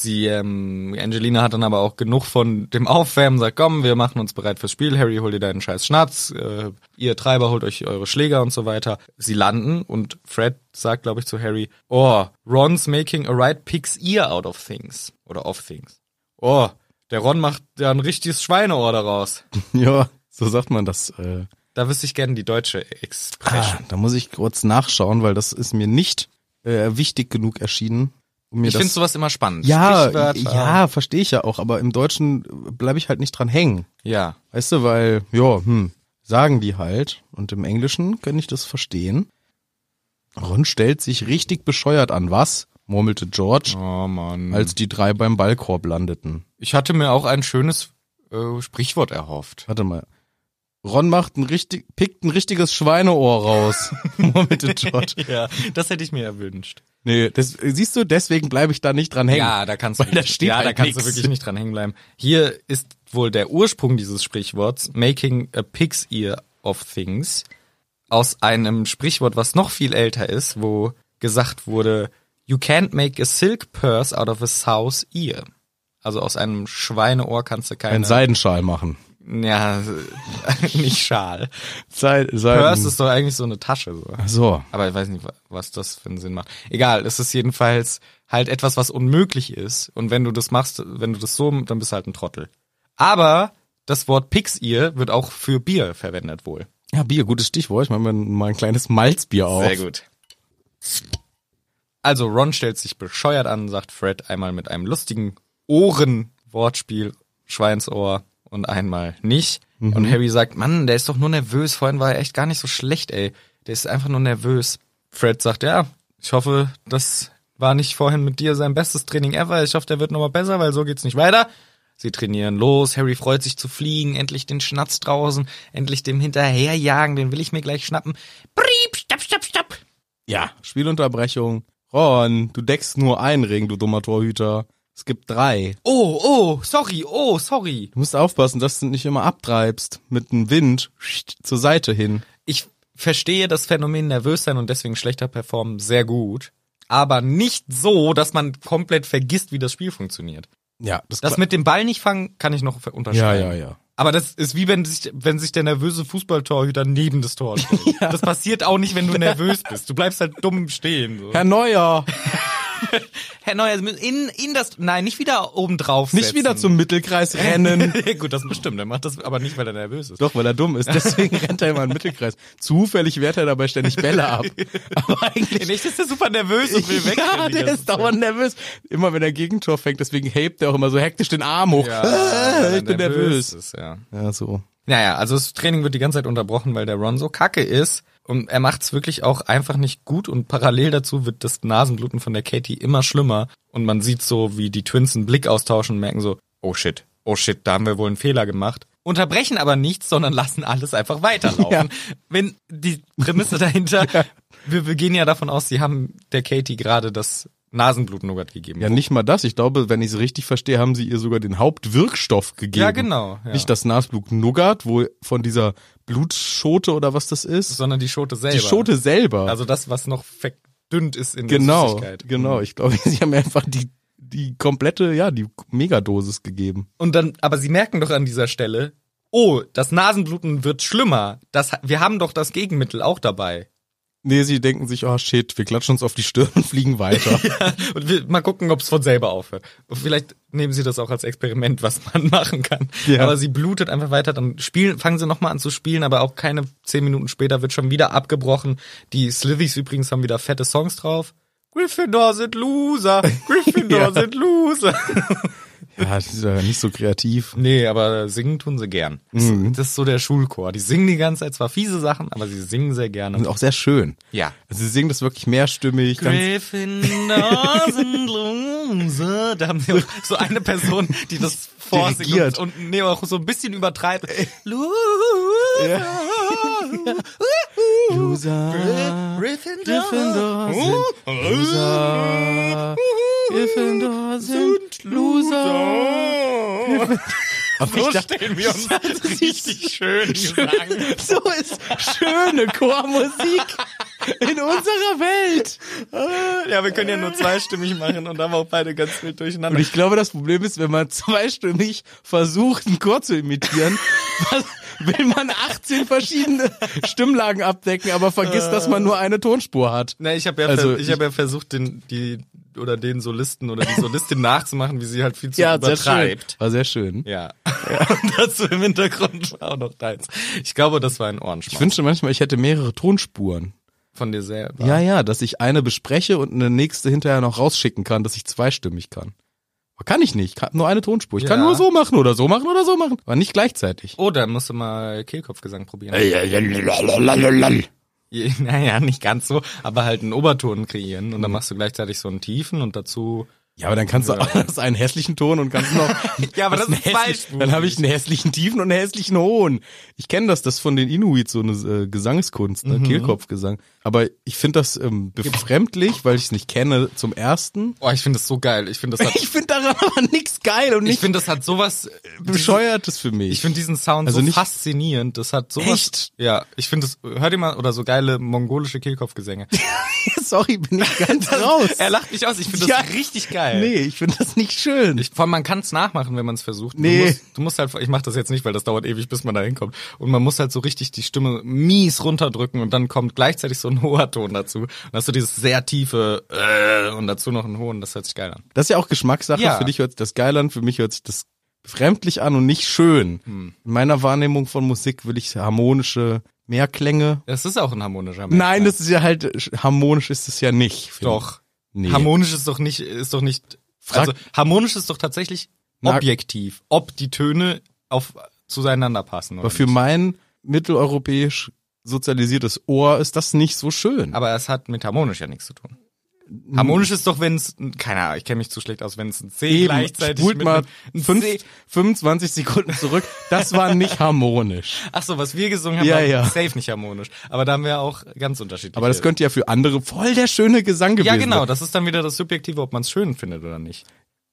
B: Sie, ähm, Angelina hat dann aber auch genug von dem Aufwärmen, sagt, komm, wir machen uns bereit fürs Spiel, Harry, hol dir deinen scheiß Schnaps, äh, ihr Treiber holt euch eure Schläger und so weiter. Sie landen und Fred sagt, glaube ich, zu Harry, oh, Ron's making a right pig's ear out of things. Oder of things. Oh, der Ron macht ja ein richtiges Schweineohr daraus.
A: [laughs] ja, so sagt man das. Äh,
B: Da wüsste ich gerne die deutsche Expression.
A: ah, da muss ich kurz nachschauen, weil das ist mir nicht äh, wichtig genug erschienen. Um mir
B: ich
A: das-
B: finde sowas immer spannend.
A: ja,
B: Stichwörter.
A: ja, verstehe ich ja auch, aber im Deutschen bleibe ich halt nicht dran hängen.
B: Ja.
A: Weißt du, weil, ja, hm, sagen die halt. Und im Englischen kann ich das verstehen. Ron stellt sich richtig bescheuert an. Was? murmelte George,
B: Oh Mann.
A: als die drei beim Ballkorb landeten.
B: ich hatte mir auch ein schönes äh, Sprichwort erhofft.
A: Warte mal. Ron macht ein richtig, pickt ein richtiges Schweineohr
B: [laughs]
A: raus, murmelte George.
B: [laughs] Ja, das hätte ich mir erwünscht.
A: Nee, das, siehst du, deswegen bleibe ich da nicht dran hängen.
B: Ja, da kannst du,
A: Weil da
B: wirklich-
A: steht
B: ja, da
A: halt
B: kannst
A: nix.
B: du wirklich nicht dran hängen bleiben. Hier ist wohl der Ursprung dieses Sprichworts, making a pig's ear of things, aus einem Sprichwort, was noch viel älter ist, wo gesagt wurde, you can't make a silk purse out of a sow's ear. Also aus einem Schweineohr kannst du
A: Ein
B: keine,
A: Seidenschal machen.
B: ja, [laughs] nicht Schal.
A: Seid,
B: Purse ist doch eigentlich so eine Tasche, so.
A: so.
B: Aber ich weiß nicht, wa- was das für einen Sinn macht. Egal, es ist jedenfalls halt etwas, was unmöglich ist. Und wenn du das machst, wenn du das so, dann bist du halt ein Trottel. Aber das Wort Pix Ear wird auch für Bier verwendet wohl.
A: Ja, Bier, gutes Stichwort. Ich mache mir mal ein kleines Malzbier auf.
B: gut. Also Ron stellt sich bescheuert an, sagt Fred einmal mit einem lustigen Ohren-Wortspiel, Schweinsohr und einmal nicht. Und Harry sagt, Mann, der ist doch nur nervös. Vorhin war er echt gar nicht so schlecht, ey. Der ist einfach nur nervös. Fred sagt, ja, ich hoffe, das war nicht vorhin mit dir sein bestes Training ever. Ich hoffe, der wird nochmal besser, weil so geht's nicht weiter. Sie trainieren los. Harry freut sich zu fliegen. Endlich den Schnatz draußen. Endlich dem hinterherjagen. Den will ich mir gleich schnappen. Briep, stopp, stopp, stopp.
A: Ja, Spielunterbrechung. Ron, du deckst nur einen Ring, du dummer Torhüter. Es gibt drei.
B: Oh, oh, sorry, oh, sorry.
A: Du musst aufpassen, dass du nicht immer abtreibst. Mit dem Wind zur Seite hin.
B: Ich verstehe das Phänomen nervös sein und deswegen schlechter performen sehr gut. Aber nicht so, dass man komplett vergisst, wie das Spiel funktioniert.
A: Ja, das,
B: Das mit dem Ball nicht fangen, kann ich noch ver-
A: Ja,
B: unterschreiben.
A: ja, ja.
B: Aber das ist wie wenn sich, wenn sich der nervöse Fußballtorhüter neben das Tor [laughs] stellt. Das passiert auch nicht, wenn du nervös bist. Du bleibst halt dumm stehen. So.
A: Herr Neuer,
B: Herr Neuer, Sie müssen in, in das, nein, nicht wieder oben drauf
A: nicht wieder
B: [laughs]
A: zum Mittelkreis rennen.
B: Gut, das bestimmt. Er macht das aber nicht, weil er nervös ist.
A: Doch, weil er dumm ist. Deswegen rennt er immer in den Mittelkreis. Zufällig wehrt er dabei ständig Bälle ab. Aber eigentlich
B: Nicht, ist [laughs] er super nervös und [laughs] will weg.
A: Ja, der ist dauernd nervös. Immer wenn er Gegentor fängt, deswegen hebt er auch immer so hektisch den Arm hoch. [laughs]
B: Ja,
A: ich bin nervös.
B: Ist, ja.
A: Ja, so.
B: Naja, also das Training wird die ganze Zeit unterbrochen, weil der Ron so kacke ist. Und er macht's wirklich auch einfach nicht gut. Und parallel dazu wird das Nasenbluten von der Katie immer schlimmer. Und man sieht so, wie die Twins einen Blick austauschen und merken so, oh shit, oh shit, da haben wir wohl einen Fehler gemacht. Unterbrechen aber nichts, sondern lassen alles
A: [laughs]
B: einfach weiterlaufen. Wenn die Prämisse dahinter, wir, wir gehen ja davon aus, sie haben der Katie gerade das Nasenbluten-Nougat gegeben.
A: Ja, nicht mal das. Ich glaube, wenn ich es richtig verstehe, haben sie ihr sogar den Hauptwirkstoff gegeben.
B: Ja, genau, ja.
A: Nicht das Nasblut Nougat, wo von dieser Blutschote oder was das ist,
B: sondern die Schote selber.
A: die Schote selber.
B: Also das, was noch ver verdünnt ist in der Mhm.
A: Genau,
B: Flüssigkeit.
A: genau. Ich glaube, [laughs] sie haben mir einfach die, die komplette, ja, die Megadosis gegeben.
B: Und dann, aber sie merken doch an dieser Stelle, oh, das Nasenbluten wird schlimmer. Das, wir haben doch das Gegenmittel auch dabei.
A: Nee, sie denken sich, oh shit, wir klatschen uns auf die Stirn und fliegen weiter.
B: Und wir mal gucken, ob es von selber aufhört. Vielleicht nehmen sie das auch als Experiment, was man [laughs] machen kann.
A: Ja.
B: Aber sie blutet einfach weiter, dann spielen, fangen sie nochmal an zu spielen, aber auch keine zehn Minuten später wird schon wieder abgebrochen. Die Slithys übrigens haben wieder fette Songs drauf. Gryffindor
A: [laughs]
B: sind Loser, Gryffindor
A: Ja.
B: sind Loser.
A: ja, das ist ja nicht so kreativ.
B: Nee, aber singen tun sie gern.
A: Mhm.
B: Das ist so der Schulchor. Die singen die ganze Zeit zwar fiese Sachen, aber sie singen sehr gerne.
A: Und auch sehr schön.
B: Ja.
A: Also sie singen das wirklich mehrstimmig. Ganz,
B: Gryffindor sind Loser. Da haben sie auch so eine Person, die das vorsingt
A: Dirigiert.
B: und, und nee, auch so ein bisschen übertreibt. Loser.
A: Loser,
B: Gryffindor.
A: Gryffindor sind Loser. Gryffindor sind Loser. Aber ich
B: So
A: dachte,
B: stellen wir uns [laughs] richtig [laughs] schön gesang.
A: [laughs] so ist schöne Chormusik in unserer Welt.
B: Ja, wir können ja nur zweistimmig machen und haben auch beide ganz wild durcheinander.
A: Und ich glaube, das Problem ist, wenn man zweistimmig versucht, einen Chor zu imitieren, [laughs] was, will man 18 verschiedene Stimmlagen abdecken, aber vergisst, dass man nur eine Tonspur hat.
B: Na, ich habe ja,
A: Also,
B: ver- ich hab ja versucht, den, die oder den Solisten oder die
A: [laughs]
B: Solistin nachzumachen, wie sie halt viel zu
A: Ja, sehr schön.
B: übertreibt.
A: War sehr schön.
B: Ja. [laughs] Und dazu im Hintergrund war auch noch deins. Ich glaube, das war ein
A: Ich
B: Ohrenschmaus
A: wünschte manchmal, ich hätte mehrere Tonspuren.
B: von dir selber.
A: Ja, ja, dass ich eine bespreche und eine nächste hinterher noch rausschicken kann, dass ich zweistimmig kann. Aber kann ich nicht. Ich habe nur eine Tonspur. Ich kann
B: Ja.
A: nur so machen oder so machen oder so machen. Aber nicht gleichzeitig.
B: Oh, da musst du mal Kehlkopfgesang probieren.
D: Lalalala.
B: Je- [laughs] Naja, nicht ganz so, aber halt einen Oberton kreieren
A: Mhm.
B: und dann machst du gleichzeitig so einen tiefen und dazu.
A: Ja, aber dann kannst du auch hast einen hässlichen Ton und [laughs] kannst noch.
B: Ja, aber
A: hast
B: das
A: einen
B: ist
A: hässlichen-
B: zweistufig.
A: Dann habe ich einen hässlichen Tiefen und einen hässlichen Hohen. Ich kenne das, das von den Inuit, so eine äh, Gesangskunst, ne? Kehlkopfgesang. Aber ich finde das ähm, befremdlich, weil ich es nicht kenne zum ersten.
B: Oh, ich finde das so geil. Ich finde das hat,
A: [laughs] Ich finde daran aber nichts geil und
B: ich
A: nichts
B: finde das hat sowas äh,
A: Bescheuertes für mich.
B: Ich finde diesen Sound
A: Also
B: so
A: nicht-
B: faszinierend. Das hat sowas.
A: Echt?
B: Ja, ich finde das. Hör dir mal oder so geile mongolische Kehlkopfgesänge.
A: [laughs] sorry, bin ich ganz raus.
B: er lacht mich aus. Ich finde das
A: Ja.
B: richtig geil.
A: Nee, ich finde das nicht schön.
B: Ich, vor allem, man kann es nachmachen, wenn man es versucht.
A: Nee.
B: Du musst, du musst halt, ich mache das jetzt nicht, weil das dauert ewig, bis man da hinkommt. Und man muss halt so richtig die Stimme mies runterdrücken und dann kommt gleichzeitig so ein hoher Ton dazu. Und dann hast du dieses sehr tiefe äh, und dazu noch einen hohen. Das hört sich geil an.
A: Das ist ja auch Geschmackssache.
B: Ja.
A: Für dich hört sich das geil an, für mich hört sich das fremdlich an und nicht schön.
B: Hm.
A: In meiner Wahrnehmung von Musik will ich harmonische Mehrklänge.
B: Das ist auch ein harmonischer Mensch. ne?
A: Nein, das ist ja halt, harmonisch ist es ja nicht. finde
B: doch.
A: ich. Nee.
B: Harmonisch ist doch nicht, ist doch nicht.
A: Frag-
B: also harmonisch ist doch tatsächlich
A: Na-
B: objektiv, ob die Töne auf zueinander passen. Oder
A: Aber für
B: nicht.
A: mein mitteleuropäisch sozialisiertes Ohr ist das nicht so schön.
B: Aber es hat mit harmonisch ja nichts zu tun.
A: Hm.
B: Harmonisch ist doch, wenn es, keine Ahnung, ich kenne mich zu schlecht aus, wenn es ein C gleichzeitig
A: spult
B: mit
A: mal
B: einem- ein
A: fünf,
B: C.
A: 25 Sekunden zurück. Das war nicht
B: [laughs]
A: harmonisch.
B: Ach so, was wir gesungen haben,
A: Ja,
B: war
A: ja.
B: safe nicht harmonisch. Aber da haben wir auch ganz unterschiedliche.
A: Aber das könnte ja für andere voll der schöne Gesang gewesen
B: ja genau,
A: sein.
B: das ist dann wieder das Subjektive, ob man es schön findet oder nicht.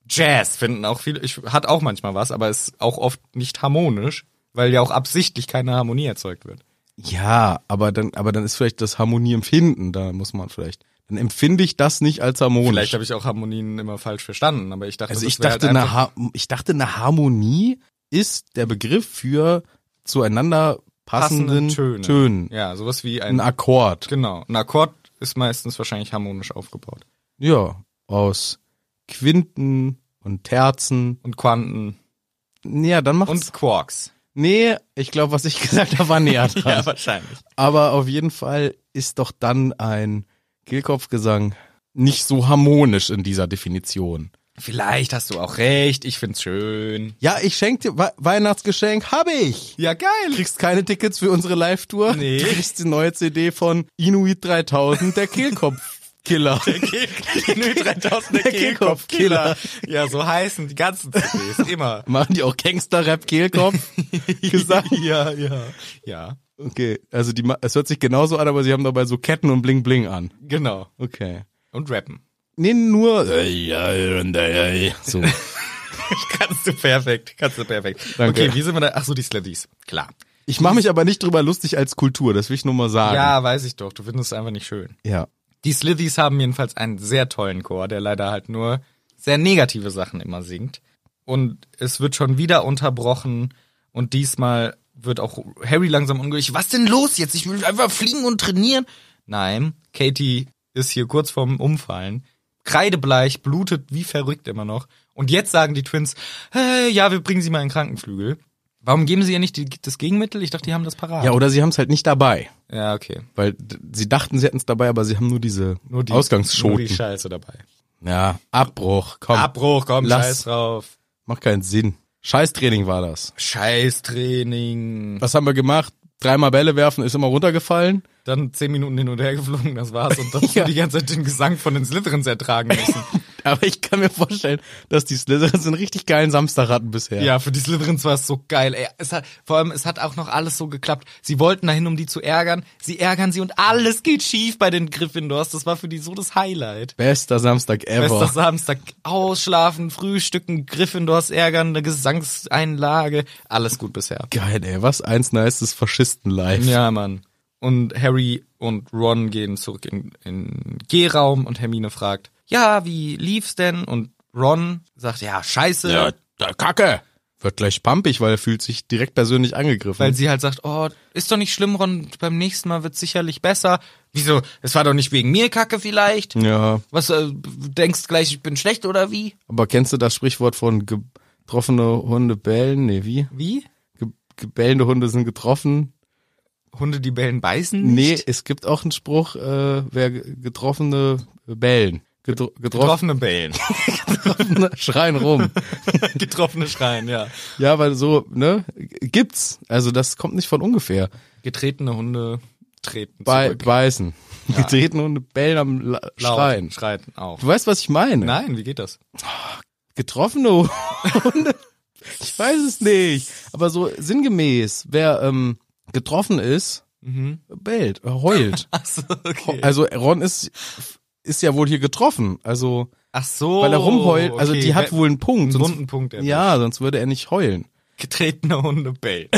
B: Jazz finden auch viele, ich, hat auch manchmal was, aber ist auch oft nicht harmonisch, weil ja auch absichtlich keine Harmonie erzeugt wird.
A: Ja, aber dann, aber dann ist vielleicht das Harmonieempfinden, da muss man vielleicht. Dann empfinde ich das nicht als harmonisch.
B: Vielleicht habe ich auch Harmonien immer falsch verstanden, aber ich dachte,
A: also
B: das
A: ich
B: wär
A: dachte,
B: halt
A: eine
B: einfach,
A: ha ich dachte, eine Harmonie ist der Begriff für zueinander passenden
B: Passenden Töne.
A: Tönen.
B: ja, sowas wie ein,
A: Ein Akkord.
B: genau, ein Akkord ist meistens wahrscheinlich harmonisch aufgebaut
A: Ja, aus Quinten und Terzen.
B: und Quanten
A: Ja, dann macht's.
B: und Quarks.
A: nee, ich glaube, was ich [laughs] gesagt habe, war näher dran.
B: wahrscheinlich.
A: Aber auf jeden Fall ist doch dann ein Kehlkopfgesang nicht so harmonisch in dieser Definition.
B: Vielleicht hast du auch recht, ich find's schön.
A: Ja, ich schenk dir We Weihnachtsgeschenk, habe ich.
B: Ja, geil.
A: Kriegst keine Tickets für unsere Live-Tour.
B: Nee.
A: Du kriegst die neue CD von Inuit 3000, der
B: [laughs]
A: Kehlkopfkiller.
B: Kehl 3000
A: Der Kehlkopfkiller.
B: Ja, so heißen die
A: [laughs]
B: ganzen CDs immer.
A: Machen die auch
B: [laughs]
A: Gangster-Rap-Kehlkopf? Gesagt.
B: Ja, ja. Ja,
A: Okay, also die, ma- es hört sich genauso an, aber sie haben dabei so Ketten und Bling-Bling an.
B: genau.
A: Okay.
B: Und rappen.
A: Nee, nur... So.
B: Kannst du perfekt, kannst du perfekt.
A: Danke.
B: Okay, wie sind wir da? Ach so, die Sladies. Klar.
A: Ich mache mich aber nicht drüber lustig als Kultur, das will ich nur mal sagen.
B: Ja, weiß ich doch. Du findest es einfach nicht schön.
A: Ja.
B: Die Slithies haben jedenfalls einen sehr tollen Chor, der leider halt nur sehr negative Sachen immer singt. Und es wird schon wieder unterbrochen und diesmal wird auch Harry langsam ungeduldig. Was denn los jetzt? Ich will einfach fliegen und trainieren. Nein, Katie ist hier kurz vorm Umfallen. Kreidebleich, blutet wie verrückt immer noch. Und jetzt sagen die Twins, hey, ja, wir bringen sie mal in den Krankenflügel. Warum geben sie ihr nicht die, das Gegenmittel? Ich dachte, die haben das parat.
A: Ja, oder sie haben es halt nicht dabei.
B: ja okay.
A: Weil d- sie dachten, sie hätten es dabei, aber sie haben nur diese
B: Nur die,
A: Ausgangsschoten.
B: Nur die Scheiße dabei.
A: ja, Abbruch, komm.
B: Abbruch, komm,
A: Lass.
B: scheiß drauf.
A: Macht keinen Sinn. Scheißtraining war das.
B: Scheißtraining.
A: Was haben wir gemacht? Dreimal Bälle werfen, ist immer runtergefallen. [laughs]
B: Dann zehn Minuten hin und her geflogen, das war's. Und dann hast du
A: Ja.
B: die ganze Zeit den Gesang von den Slytherins
A: [laughs]
B: ertragen müssen.
A: Aber ich kann mir vorstellen, dass die Slytherins einen richtig geilen Samstag hatten bisher.
B: ja, für die Slytherins war es so geil. Ey, es hat, vor allem, es hat auch noch alles so geklappt. Sie wollten dahin, um die zu ärgern. Sie ärgern sie und alles geht schief bei den Gryffindors. Das war für die so das Highlight.
A: Bester Samstag ever.
B: Bester Samstag, ausschlafen, frühstücken, Gryffindors ärgern, eine Gesangseinlage. Alles gut bisher.
A: Geil, ey. Was eins nices Faschisten-Life.
B: Ja, Mann. Und Harry und Ron gehen zurück in, in G-Raum und Hermine fragt, ja, wie lief's denn? Und Ron sagt, ja, scheiße.
A: Ja, da Kacke. Wird gleich pampig, weil er fühlt sich direkt persönlich angegriffen.
B: Weil sie halt sagt, oh, ist doch nicht schlimm, Ron, beim nächsten Mal wird's sicherlich besser. Wieso? Es war doch nicht wegen mir Kacke vielleicht?
A: ja,
B: Was, äh, denkst gleich, ich bin schlecht oder wie?
A: aber kennst du das Sprichwort von getroffene Hunde bellen? Nee, wie?
B: Wie?
A: Ge ge- bellende Hunde sind getroffen.
B: Hunde, die bellen, beißen
A: Nee,
B: nicht?
A: es gibt auch einen Spruch, äh, wer ge- getroffene äh, bellen. Getro getroffene
B: Getroffene bellen.
A: [laughs]
B: [laughs]
A: schreien rum.
B: Getroffene schreien, ja.
A: Ja, weil so, ne? Gibt's. Also das kommt nicht von ungefähr.
B: Getretene Hunde treten
A: Bei
B: zurück.
A: beißen. Getreten Hunde bellen am La
B: Laut
A: Schreien.
B: Schreiten auch.
A: Du weißt, was ich meine.
B: Nein, wie geht das?
A: getroffene Hunde.
B: [laughs]
A: Ich weiß es nicht. Aber so sinngemäß, wer ähm, getroffen ist, bellt, äh, heult.
B: Ach so, Mhm. [laughs] okay.
A: Also Ron ist, ist ja wohl hier getroffen. Also,
B: Ach so.
A: weil er rumheult. Also
B: Oh, okay.
A: die hat wohl einen Punkt.
B: einen
A: sonst-
B: wunden Punkt. erwischt.
A: Ja, sonst würde er nicht heulen.
B: Getretene Hunde bellen.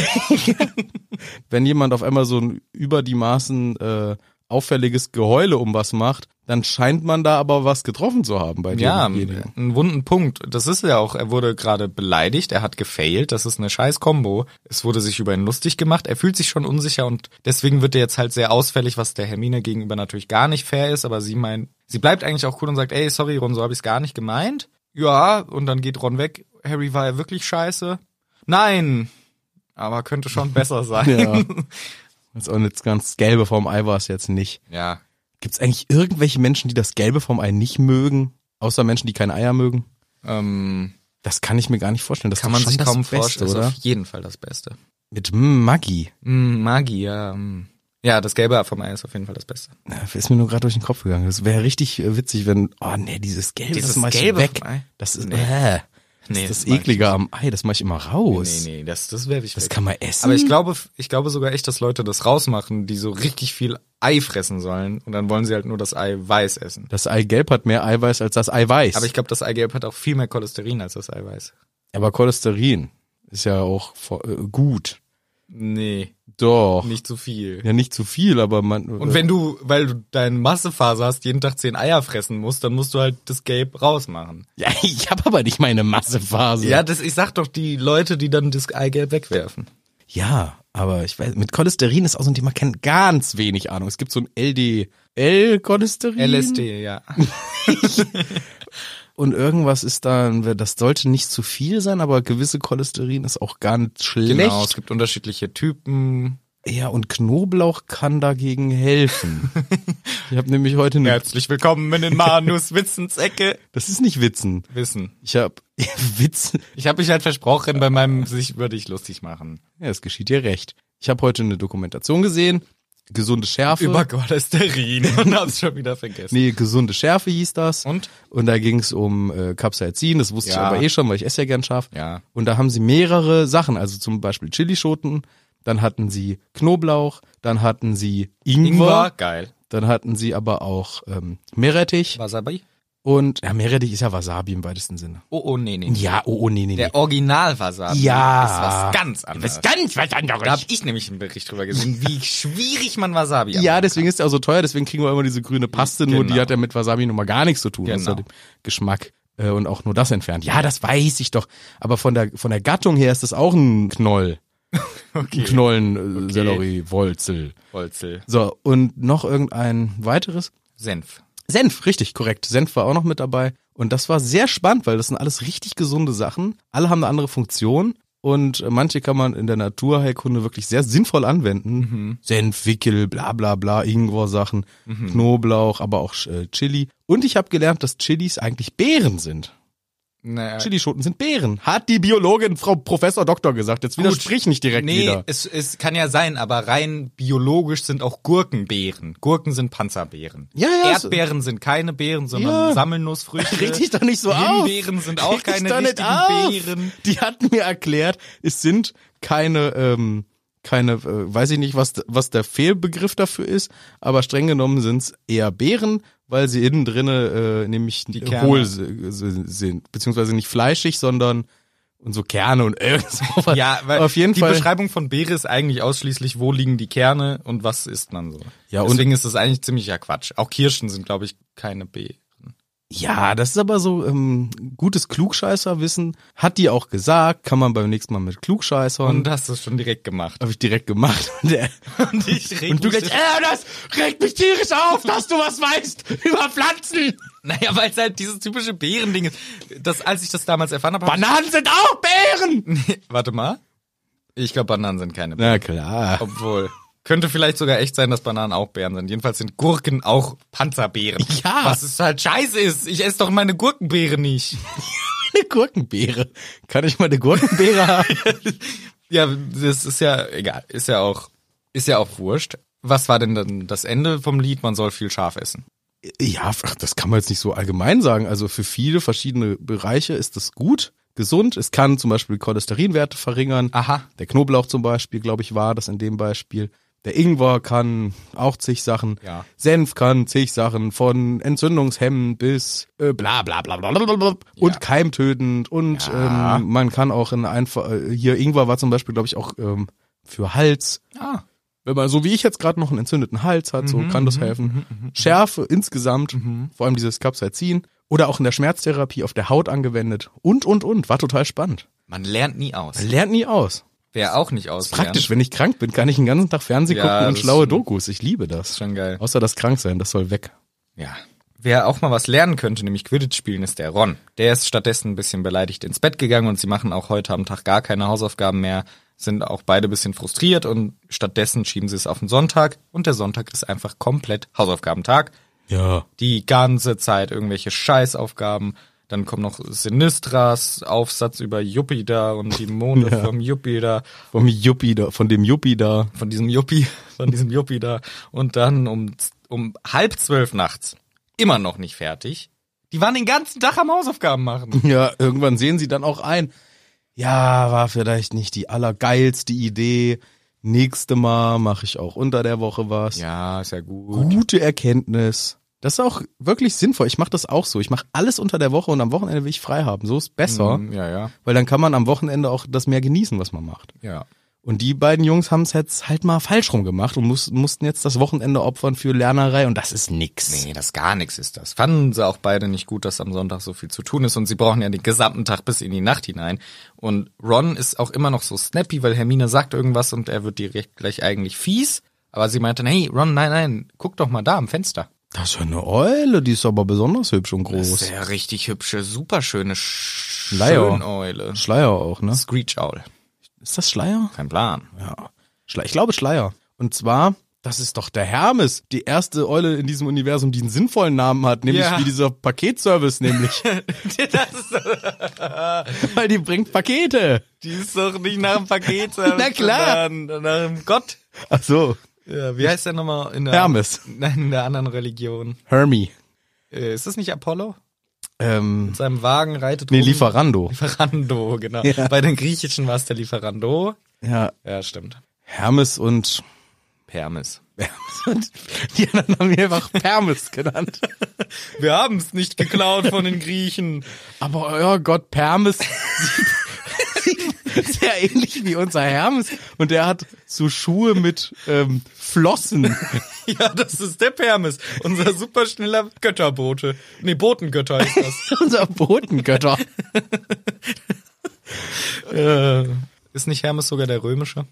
A: Wenn jemand auf einmal so ein über die Maßen äh, auffälliges Geheule um was macht, dann scheint man da aber was getroffen zu haben bei
B: ja, äh, ähm,
A: demjenigen.
B: einen wunden Punkt. Das ist ja auch, er wurde gerade beleidigt, er hat gefailt, das ist eine scheiß Kombo. Es wurde sich über ihn lustig gemacht, er fühlt sich schon unsicher und deswegen wird er jetzt halt sehr ausfällig, was der Hermine gegenüber natürlich gar nicht fair ist, aber sie meint, sie bleibt eigentlich auch cool und sagt, ey, sorry Ron, so habe ich es gar nicht gemeint. Ja, und dann geht Ron weg. Harry war ja wirklich scheiße. Nein, aber
A: [laughs]
B: könnte schon besser sein.
A: Ja. Jetzt auch nicht ganz gelbe vom Ei war es jetzt nicht.
B: [laughs] ja.
A: Gibt's eigentlich irgendwelche Menschen, die das Gelbe vom Ei nicht mögen? Außer Menschen, die keine Eier mögen?
B: Ähm,
A: Das kann ich mir gar nicht vorstellen. Das
B: kann
A: ist doch
B: man
A: schon
B: sich
A: das
B: kaum
A: Beste,
B: vorstellen.
A: oder?
B: Ist auf jeden Fall das Beste.
A: Mit M, Maggi.
B: Mm, Magie, ja. mm. Ja, das Gelbe vom Ei ist auf jeden Fall das Beste.
A: Na, Ist mir nur gerade durch den Kopf gegangen. Das wäre richtig äh, witzig, wenn. Oh nee, dieses Gelbe,
B: Dieses
A: das mach ich
B: Gelbe
A: weg.
B: vom Ei?
A: Das ist.
B: Nee.
A: Äh, das
B: Nee,
A: ist das,
B: das mag ich
A: Eklige am Ei, das mache ich immer raus.
B: nee, das, das wäre ich
A: Das kann man essen.
B: Aber ich glaube, ich glaube sogar echt, dass Leute das rausmachen, die so richtig viel Ei fressen sollen und dann wollen sie halt nur das Ei weiß essen.
A: das Eigelb hat mehr Eiweiß als das Eiweiß.
B: Aber ich glaube, das Eigelb hat auch viel mehr Cholesterin als das Eiweiß.
A: Aber Cholesterin ist ja auch vor- äh, gut.
B: Nee,
A: Doch.
B: nicht so viel.
A: Ja, nicht zu viel, aber man. äh,
B: Und wenn du, weil du deine Massephase hast, jeden Tag zehn Eier fressen musst, dann musst du halt das Gelb rausmachen.
A: ja, ich habe aber nicht meine Massephase.
B: Ja, das, ich sag doch die Leute, die dann das Eigelb wegwerfen.
A: Ja, aber ich weiß, mit Cholesterin ist auch so ein Thema, kennt ganz wenig Ahnung. Es gibt so ein LDL-Cholesterin.
B: LSD, ja.
A: Und irgendwas ist dann, das sollte nicht zu viel sein, aber gewisse Cholesterin ist auch gar nicht schlecht.
B: Genau, es gibt unterschiedliche Typen.
A: Ja, und Knoblauch kann dagegen
B: [laughs]
A: helfen. ich habe nämlich heute eine,
B: Herzlich willkommen in
A: [laughs]
B: den Manus Witzensecke.
A: das ist nicht Witzen.
B: Wissen.
A: Ich [laughs] habe Witz,
B: Ich habe mich halt versprochen, bei meinem sich über dich lustig machen.
A: ja, es geschieht dir recht. Ich habe heute eine Dokumentation gesehen, gesunde Schärfe.
B: Über Cholesterin [laughs] und hab's schon wieder vergessen.
A: nee, gesunde Schärfe hieß das.
B: Und?
A: Und da ging es um äh, Capsaicin, das wusste ich
B: Ja.
A: aber eh schon, weil ich esse ja gern scharf.
B: Ja.
A: Und da haben sie mehrere Sachen, also zum Beispiel Chilischoten, dann hatten sie Knoblauch, dann hatten sie Ingwer,
B: geil.
A: dann hatten sie aber auch ähm, Meerrettich
B: Wasabi?
A: Und ja, Meerrettich ist ja Wasabi im weitesten Sinne.
B: Oh, oh, nee, nee.
A: Ja, oh, oh nee, nee, nee.
B: Der Original-Wasabi
A: Ja.
B: ist was ganz anderes.
A: ganz was
B: Da
A: anderes.
B: habe ich nämlich einen Bericht drüber gesehen, wie schwierig man Wasabi
A: Ja, deswegen ist er auch so teuer, deswegen kriegen wir immer diese grüne Paste, nur die
B: Genau.
A: hat ja mit Wasabi nun mal gar nichts zu tun,
B: Genau.
A: außer dem Geschmack äh, und auch nur das entfernt. Ja, das weiß ich doch, aber von der von der Gattung her ist das auch ein Knoll, ein
B: okay.
A: Knollen, äh, Sellerie, Wolzel.
B: Holzel.
A: So, und noch irgendein weiteres?
B: Senf.
A: Senf, richtig, korrekt. Senf war auch noch mit dabei. Und das war sehr spannend, weil das sind alles richtig gesunde Sachen. Alle haben eine andere Funktion. Und äh, manche kann man in der Naturheilkunde wirklich sehr sinnvoll anwenden. Senf, Wickel, bla bla bla, Ingwer-Sachen, Knoblauch, aber auch äh, Chili. Und ich habe gelernt, dass Chilis eigentlich Beeren sind.
B: Naja,
A: Chilischoten sind Beeren. Hat die Biologin Frau Professor Doktor gesagt. Jetzt widersprich nicht direkt
B: nee,
A: wieder.
B: Es, es kann ja sein, aber rein biologisch sind auch Gurken Beeren. Gurken sind Panzerbeeren.
A: Ja, ja, es-
B: Erdbeeren sind keine Beeren, sondern
A: Ja. [laughs]
B: Sammelnussfrüchte.
A: Reg dich doch nicht so auf.
B: Himbeeren sind auch
A: Reg dich
B: keine
A: doch nicht
B: richtigen
A: auf.
B: Beeren.
A: Die hatten mir erklärt, es sind keine, ähm, keine, äh, weiß ich nicht, was, d- was der Fehlbegriff dafür ist, aber streng genommen sind's eher Beeren, weil sie innen drinne äh, nämlich
B: Kerne.
A: hohl s- s- sind, beziehungsweise nicht fleischig, sondern und so Kerne und äh, [laughs] so
B: Ja, weil
A: auf jeden
B: die
A: Fall.
B: Beschreibung von Beere ist eigentlich ausschließlich, wo liegen die Kerne und was isst man so.
A: Ja, und-
B: Deswegen ist das eigentlich ziemlicher Quatsch. Auch Kirschen sind, glaube ich, keine Beeren.
A: Ja, das ist aber so ähm, gutes Klugscheißerwissen. Hat die auch gesagt, kann man beim nächsten Mal mit Klugscheißern.
B: Und hast du es schon direkt gemacht.
A: Habe ich direkt gemacht. Und der,
B: Und ich
A: [laughs]
B: reg
A: Und du
B: mich
A: gleich, äh, das regt mich tierisch auf, dass du was weißt über Pflanzen.
B: [laughs] Naja, weil es halt dieses typische Beerending ist. Das, als ich das damals erfahren habe, hab
A: Bananen sind auch Beeren.
B: ich, Warte mal. Ich glaube, Bananen sind keine Beeren.
A: Na klar.
B: Obwohl. Könnte vielleicht sogar echt sein, dass Bananen auch Beeren sind. Jedenfalls sind Gurken auch Panzerbeeren.
A: Ja.
B: Was es halt scheiße ist. Ich esse doch meine Gurkenbeere nicht.
A: Eine Gurkenbeere. Kann ich mal eine Gurkenbeere haben?
B: Ja, das ist ja egal. Ist ja auch, ist ja auch wurscht. Was war denn dann das Ende vom Lied? Man soll viel scharf essen.
A: ja, ach, das kann man jetzt nicht so allgemein sagen. Also für viele verschiedene Bereiche ist das gut, gesund. Es kann zum Beispiel Cholesterinwerte verringern.
B: Aha.
A: Der Knoblauch zum Beispiel, glaube ich, war das in dem Beispiel. Der Ingwer kann auch zig Sachen.
B: Ja.
A: Senf kann zig Sachen von Entzündungshemmen bis äh, bla bla bla bla bla bla bla und keimtötend und
B: Ja.
A: ähm, man kann auch in einfach äh, hier Ingwer war zum Beispiel, glaube ich, auch ähm, für Hals.
B: Ah.
A: Wenn man so wie ich jetzt gerade noch einen entzündeten Hals hat,
B: Mhm,
A: so kann das helfen. Schärfe insgesamt, vor allem dieses Capsaicin oder auch in der Schmerztherapie auf der Haut angewendet und und und war total spannend.
B: Man lernt nie aus.
A: Man lernt nie aus.
B: Wer auch nicht aus.
A: Praktisch, wenn ich krank bin, kann ich den ganzen Tag Fernsehen
B: Ja,
A: gucken und
B: das
A: schlaue
B: ist schon-
A: Dokus. Ich liebe das.
B: schon geil.
A: Außer das Kranksein, das soll weg.
B: Ja. Wer auch mal was lernen könnte, nämlich Quidditch spielen, ist der Ron. Der ist stattdessen ein bisschen beleidigt ins Bett gegangen und sie machen auch heute am Tag gar keine Hausaufgaben mehr, sind auch beide ein bisschen frustriert und stattdessen schieben sie es auf den Sonntag und der Sonntag ist einfach komplett Hausaufgabentag.
A: Ja.
B: Die ganze Zeit irgendwelche Scheißaufgaben. Dann kommt noch Sinistras Aufsatz über Jupiter und die Monde vom Jupiter
A: Vom Yuppie da, von dem Yuppie da. [laughs]
B: von diesem Juppie, von diesem Juppie da. Und dann um, um halb zwölf nachts immer noch nicht fertig. Die waren den ganzen Tag am Hausaufgaben machen.
A: Ja, irgendwann sehen sie dann auch ein. Ja, war vielleicht nicht die allergeilste Idee. Nächste Mal mache ich auch unter der Woche was.
B: Ja, ist ja gut.
A: Gute Erkenntnis. Das ist auch wirklich sinnvoll. Ich mache das auch so. Ich mache alles unter der Woche und am Wochenende will ich frei haben. So ist besser,
B: Mhm, Ja, ja,
A: weil dann kann man am Wochenende auch das mehr genießen, was man macht.
B: ja.
A: Und die beiden Jungs haben's jetzt halt mal falsch rum gemacht und muss, mussten jetzt das Wochenende opfern für Lernerei und das ist nix.
B: Nee, das gar nichts ist das. Fanden sie auch beide nicht gut, dass am Sonntag so viel zu tun ist und sie brauchen ja den gesamten Tag bis in die Nacht hinein. Und Ron ist auch immer noch so snappy, weil Hermine sagt irgendwas und er wird direkt gleich eigentlich fies. Aber sie meinte, hey Ron, nein, nein, guck doch mal da am Fenster.
A: Das ist ja eine Eule, die ist aber besonders hübsch und groß.
B: Sehr richtig hübsche, super schöne Sch
A: Leier.
B: Schöneule.
A: Schleier auch, ne?
B: Screech Owl.
A: Ist das Schleier?
B: Kein Plan.
A: Ja. Schle ich glaube Schleier. Und zwar, das ist doch der Hermes, die erste Eule in diesem Universum, die einen sinnvollen Namen hat, nämlich
B: Ja.
A: wie dieser Paketservice, nämlich.
B: [laughs] das ist,
A: Weil die bringt Pakete.
B: die ist doch nicht nach dem Paket,
A: [laughs] Na klar.
B: sondern nach dem Gott.
A: Ach so,
B: Ja, wie heißt der nochmal? In der,
A: Hermes.
B: Nein, in der anderen Religion.
A: Hermie.
B: Äh, ist das nicht Apollo?
A: Ähm, um,
B: Mit seinem Wagen reitet
A: nee,
B: rum-
A: Lieferando.
B: Lieferando, genau.
A: Ja.
B: Bei den Griechischen war es der Lieferando.
A: Ja,
B: Ja, stimmt.
A: Hermes und [laughs]
B: Hermes.
A: Die anderen haben mich einfach Permis genannt.
B: Wir haben es nicht geklaut von den Griechen. [laughs]
A: Aber euer Gott, Permis [laughs] sieht sehr ähnlich wie unser Hermes. Und der hat so Schuhe mit ähm, Flossen.
B: Ja, das ist der Permis, unser superschneller Götterbote. Nee, Botengötter ist
A: [laughs]
B: das.
A: unser Botengötter.
B: äh, ist nicht Hermes sogar der römische?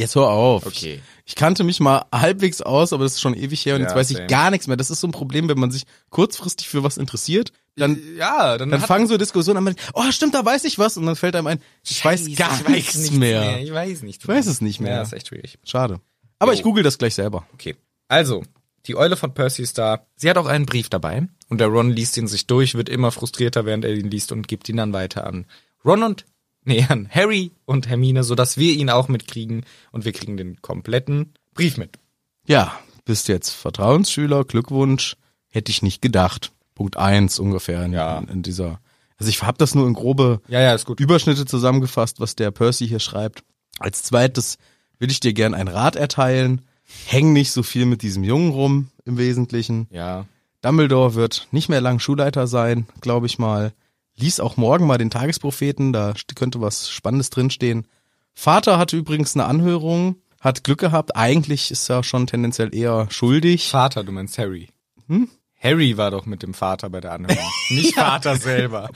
A: Jetzt hör auf.
B: Okay.
A: Ich kannte mich mal halbwegs aus, aber das ist schon ewig her und
B: Ja,
A: jetzt weiß
B: same.
A: ich gar nichts mehr. Das ist so ein Problem, wenn man sich kurzfristig für was interessiert, dann
B: Ja, dann,
A: dann
B: hat-
A: fangen so Diskussionen an mit, oh stimmt, da weiß ich was und dann fällt einem ein, ich weiß gar
B: ich
A: nichts mehr.
B: Ich weiß nicht.
A: Ich weiß es nicht mehr.
B: Ja, ist echt schwierig.
A: Schade. Aber
B: Jo.
A: ich google das gleich selber.
B: Okay. Also, die Eule von Percy ist da. Sie hat auch einen Brief dabei. Und der Ron liest ihn sich durch, wird immer frustrierter, während er ihn liest und gibt ihn dann weiter an Ron und, nee, an Harry und Hermine, sodass wir ihn auch mitkriegen. Und wir kriegen den kompletten Brief mit.
A: Ja, bist jetzt Vertrauensschüler, Glückwunsch, hätte ich nicht gedacht. Punkt eins ungefähr in,
B: Ja.
A: in dieser. Also ich habe das nur in grobe
B: Ja, ja, ist gut.
A: Überschnitte zusammengefasst, was der Percy hier schreibt. Als zweites will ich dir gern einen Rat erteilen. Häng nicht so viel mit diesem Jungen rum im Wesentlichen.
B: Ja.
A: Dumbledore wird nicht mehr lang Schulleiter sein, glaube ich mal. Lies auch morgen mal den Tagespropheten, da st- könnte was Spannendes drinstehen. Vater hatte übrigens eine Anhörung, hat Glück gehabt. Eigentlich ist er schon tendenziell eher schuldig.
B: Vater, du meinst Harry. Hm? Harry war doch mit dem Vater bei der Anhörung. Nicht Vater selber.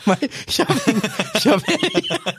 A: Ich habe ich hab,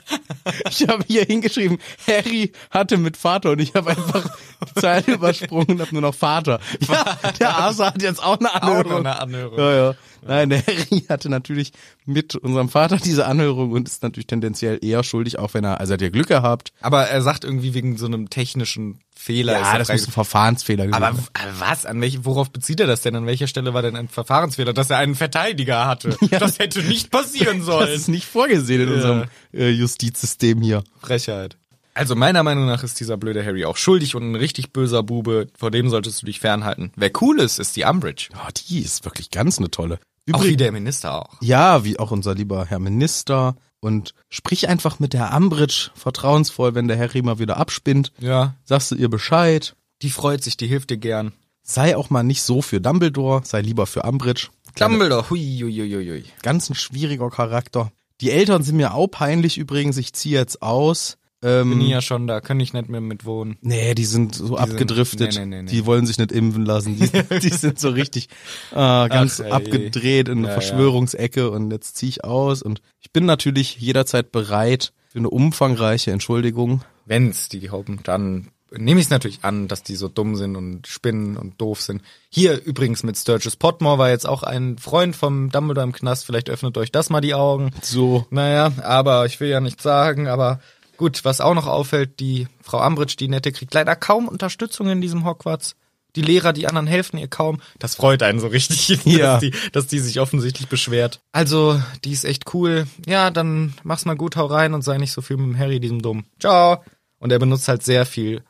A: ich hab hier hingeschrieben, Harry hatte mit Vater und ich habe einfach die Zeile übersprungen und habe nur noch Vater. Ja, der Asa hat jetzt auch eine
B: noch
A: Anhörung.
B: eine Anhörung.
A: Ja, ja. Nein, der Harry hatte natürlich mit unserem Vater diese Anhörung und ist natürlich tendenziell eher schuldig, auch wenn er, also er hat ja Glück gehabt.
B: Aber er sagt irgendwie wegen so einem technischen Fehler. ist er freigesprochen.
A: Verfahrensfehler gewesen
B: Aber w- aber was? An welch, worauf bezieht er das denn? An welcher Stelle war denn ein Verfahrensfehler, dass er einen Verteidiger [laughs] hatte? Das hätte nicht
A: [laughs]
B: passieren
A: Das
B: sollen.
A: ist nicht vorgesehen in
B: Ja.
A: unserem äh, Justizsystem hier.
B: Frechheit. Also meiner Meinung nach ist dieser blöde Harry auch schuldig und ein richtig böser Bube. Vor dem solltest du dich fernhalten. Wer cool ist, ist die Umbridge.
A: Oh, die ist wirklich ganz eine tolle.
B: Auch wie der Minister auch.
A: Ja, wie auch unser lieber Herr Minister. Und sprich einfach mit der Ambridge vertrauensvoll, wenn der Harry mal wieder abspinnt.
B: Ja.
A: Sagst du ihr Bescheid.
B: Die freut sich, die hilft dir gern.
A: Sei auch mal nicht so für Dumbledore, sei lieber für Ambridge.
B: Dumbledore, hui, hui, hui, hui, hui.
A: Ganz ein schwieriger Charakter. Die Eltern sind mir auch peinlich übrigens, ich ziehe jetzt aus. Ähm,
B: Bin ja schon da, kann ich nicht mehr mit wohnen.
A: Nee, die sind so abgedriftet.
B: nee, nee, nee, nee.
A: Die wollen sich nicht impfen lassen.
B: [laughs]
A: Die, die sind so richtig äh, ganz
B: ey.
A: abgedreht in eine
B: Ja, ja.
A: Verschwörungsecke und jetzt zieh ich aus. Und ich bin natürlich jederzeit bereit für eine umfangreiche Entschuldigung.
B: Wenn's die glauben, dann nehme ich es natürlich an, dass die so dumm sind und spinnen und doof sind. Hier übrigens mit Sturgis Potmore war jetzt auch ein Freund vom Dumbledore im Knast. Vielleicht öffnet euch das mal die Augen.
A: So.
B: Naja, aber ich will ja nichts sagen, aber gut, was auch noch auffällt, die Frau Ambridge, die Nette, kriegt leider kaum Unterstützung in diesem Hogwarts. Die Lehrer, die anderen helfen ihr kaum. Das freut einen so richtig, [laughs]
A: Ja.
B: dass, die, dass die sich offensichtlich beschwert. Also, die ist echt cool. Ja, dann mach's mal gut, hau rein und sei nicht so viel mit dem Harry, diesem Dumm. Ciao. Und er benutzt halt sehr viel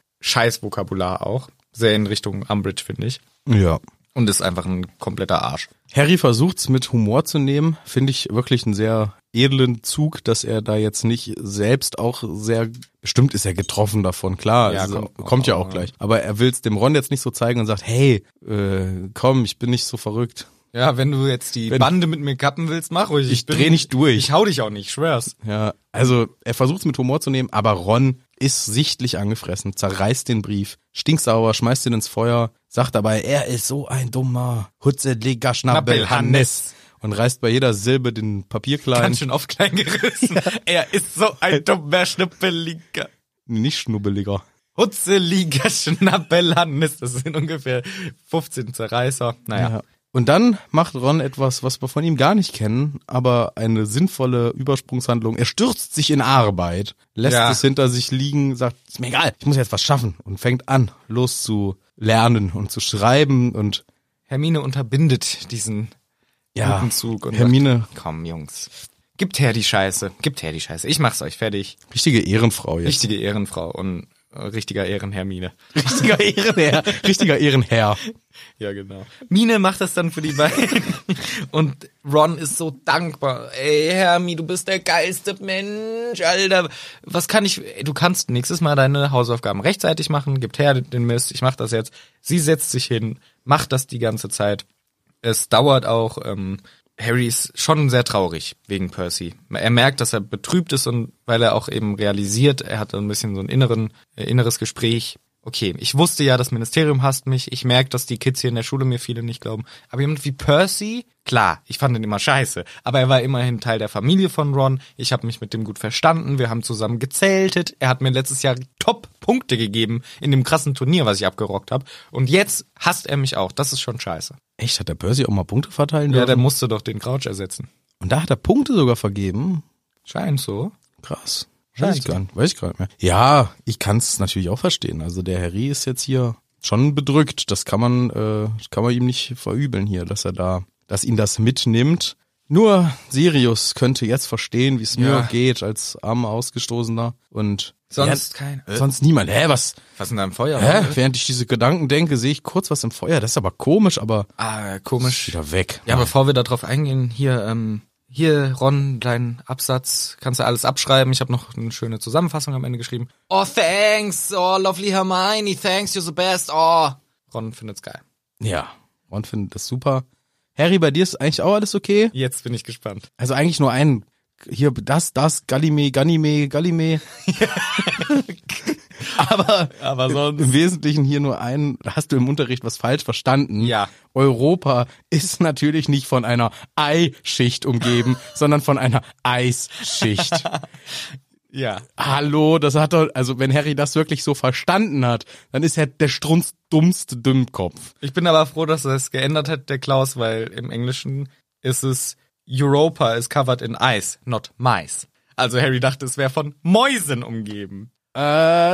B: Scheißvokabular auch. Sehr in Richtung Umbridge, finde ich.
A: Ja.
B: Und ist einfach ein kompletter Arsch.
A: Harry versucht's mit Humor zu nehmen. Finde ich wirklich einen sehr edlen Zug, dass er da jetzt nicht selbst auch sehr bestimmt ist er getroffen davon, klar,
B: Ja,
A: es ist-
B: kommt-
A: kommt, ja auch gleich. Aber er will's dem Ron jetzt nicht so zeigen und sagt, hey, äh, komm, ich bin nicht so verrückt.
B: Ja, wenn du jetzt die
A: Wenn-
B: Bande mit mir kappen willst, mach ruhig.
A: Ich
B: bin-
A: dreh nicht durch.
B: Ich hau dich auch nicht, schwör's.
A: Ja, also er versucht es mit Humor zu nehmen, aber Ron ist sichtlich angefressen, zerreißt den Brief, stinksauer, schmeißt ihn ins Feuer, sagt dabei, er ist so ein dummer, hutzeliger Schnappelhannes und reißt bei jeder Silbe den Papierklein,
B: Ganz schön auf
A: [laughs]
B: klein gerissen. Er ist so ein dummer, schnuppeliger,
A: nicht schnubbeliger.
B: hutzeliger [laughs] Schnappelhannes. Das sind ungefähr 15 Zerreißer. Naja.
A: Ja. Und dann macht Ron etwas, was wir von ihm gar nicht kennen, aber eine sinnvolle Übersprungshandlung. Er stürzt sich in Arbeit, lässt
B: Ja.
A: es hinter sich liegen, sagt, ist mir egal, ich muss jetzt was schaffen und fängt an, loszulernen und zu schreiben und
B: Hermine unterbindet diesen
A: ja,
B: guten Zug. Und
A: Hermine,
B: Sagt, Komm, Jungs. Gibt her die Scheiße. Gibt her die Scheiße. Ich mach's euch fertig.
A: richtige Ehrenfrau jetzt.
B: Richtige Ehrenfrau. Und Äh, Richtiger Ehrenherr Mine.
A: Richtiger Ehrenherr. Richtiger Ehrenherr.
B: Ja, genau. Mine macht das dann für die beiden. [laughs] Und Ron ist so dankbar. Ey, Hermi, du bist der geilste Mensch, Alter. Was kann ich. Ey, Du kannst nächstes Mal deine Hausaufgaben rechtzeitig machen. Gib her den Mist. Ich mach das jetzt. Sie setzt sich hin, macht das die ganze Zeit. Es dauert auch. Ähm, Harry ist schon sehr traurig wegen Percy. Er merkt, dass er betrübt ist und weil er auch eben realisiert, er hat ein bisschen so ein inneren, äh, inneres Gespräch okay, ich wusste ja, das Ministerium hasst mich, ich merke, dass die Kids hier in der Schule mir viele nicht glauben. Aber jemand wie Percy, klar, ich fand ihn immer scheiße, aber er war immerhin Teil der Familie von Ron, ich habe mich mit dem gut verstanden, wir haben zusammen gezeltet, er hat mir letztes Jahr Top-Punkte gegeben in dem krassen Turnier, was ich abgerockt habe. Und jetzt hasst er mich auch, das ist schon scheiße.
A: Echt, hat der Percy auch mal Punkte verteilen
B: Ja, der
A: dürfen?
B: musste doch den Crouch ersetzen.
A: Und da hat er Punkte sogar vergeben.
B: Scheint so.
A: Krass.
B: Scheint
A: Weiß ich
B: so.
A: gar nicht, weiß ich gar nicht mehr. Ja, ich kann es natürlich auch verstehen. Also der Harry ist jetzt hier schon bedrückt. Das kann man, äh, das kann man ihm nicht verübeln hier, dass er da, dass ihn das mitnimmt. Nur Sirius könnte jetzt verstehen, wie es mir
B: Ja.
A: geht als armer Ausgestoßener und
B: Sonst keiner.
A: Äh, sonst niemand. Hä, was?
B: Was in deinem Feuer? ne?
A: Hä? Während ich diese Gedanken denke, sehe ich kurz was im Feuer. Das ist aber komisch, aber
B: Ah,
A: ist
B: komisch.
A: wieder weg.
B: Ja, bevor wir darauf eingehen, hier, ähm, hier, Ron, dein Absatz, kannst du alles abschreiben. Ich habe noch eine schöne Zusammenfassung am Ende geschrieben. Oh, thanks, oh, lovely Hermione, thanks, you're the best, oh. Ron findet's geil.
A: ja. Ron findet das super. Harry, bei dir ist eigentlich auch alles okay?
B: Jetzt bin ich [laughs] gespannt.
A: Also eigentlich nur ein. Hier, das, das, Gallime, Gallime, Gallime. Aber
B: Aber sonst.
A: im Wesentlichen hier nur ein, hast du im Unterricht was falsch verstanden.
B: Ja.
A: Europa ist natürlich nicht von einer Eischicht [laughs] umgeben, sondern von einer Eisschicht.
B: Ja.
A: Hallo, das hat doch, also wenn Harry das wirklich so verstanden hat, dann ist er der strunzdummste Dümmkopf.
B: Ich bin aber froh, dass er es geändert hat, der Klaus, weil im Englischen ist es Europa is covered in ice, not mice. Also Harry dachte, es wäre von Mäusen umgeben.
A: Äh,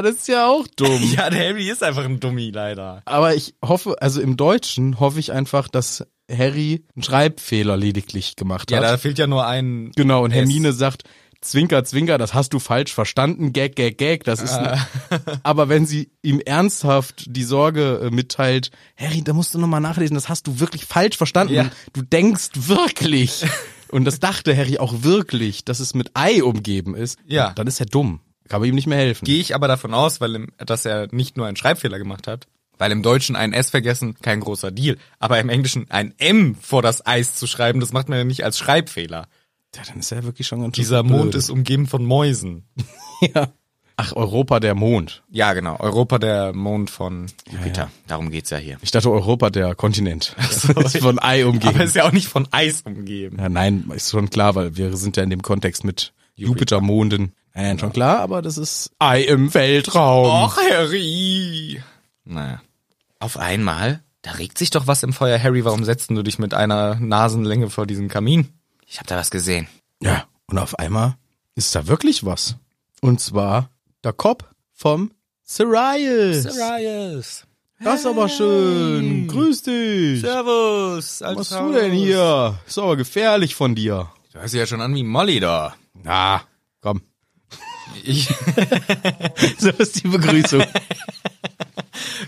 A: das ist ja auch dumm.
B: Ja, der Harry ist einfach ein Dummi, leider.
A: Aber ich hoffe, also im Deutschen hoffe ich einfach, dass Harry einen Schreibfehler lediglich gemacht
B: Ja,
A: hat.
B: da fehlt ja nur ein
A: genau, und
B: S.
A: Hermine sagt, Zwinker, Zwinker, das hast du falsch verstanden, gag, gag, gag, das ist...
B: Ah.
A: ne-
B: [laughs]
A: Aber wenn sie ihm ernsthaft die Sorge äh, mitteilt, Harry, da musst du nochmal nachlesen, das hast du wirklich falsch verstanden,
B: Ja.
A: du denkst
B: [laughs]
A: wirklich... Und das dachte Harry auch wirklich, dass es mit Ei umgeben ist.
B: Ja.
A: Dann ist er dumm. Kann man ihm nicht mehr helfen.
B: Gehe ich aber davon aus, weil im, dass er nicht nur einen Schreibfehler gemacht hat, weil im Deutschen ein S vergessen, kein großer Deal, aber im Englischen ein M vor das Eis zu schreiben, das macht man ja nicht als Schreibfehler.
A: ja, dann ist er wirklich schon ganz schön
B: Dieser Mond
A: blöd.
B: ist umgeben von Mäusen.
A: Ja. Ach, Europa der Mond.
B: Ja, genau. Europa der Mond von Jupiter. Darum geht's ja hier.
A: Ich dachte Europa der [laughs] Kontinent. ist von Ei
B: Aber
A: umgeben.
B: ist ja auch nicht von Eis umgeben.
A: Ja, nein, ist schon klar, weil wir sind ja in dem Kontext mit Jupitermonden. Nein, nein, schon klar, aber das ist Ei im Weltraum.
B: Och, Harry! Naja. Auf einmal, da regt sich doch was im Feuer, Harry. Warum setzt denn du dich mit einer Nasenlänge vor diesen Kamin? Ich hab da was gesehen.
A: Ja, und auf einmal ist da wirklich was. Und zwar der Kopf vom Sirius.
B: Sirius.
A: Das ist aber schön. Grüß dich. Was
B: Servus,
A: machst du denn hier? Ist aber gefährlich von dir.
B: Du hörst dich ja schon an wie Molly da.
A: Na, komm.
B: Ich,
A: [laughs] So ist die Begrüßung.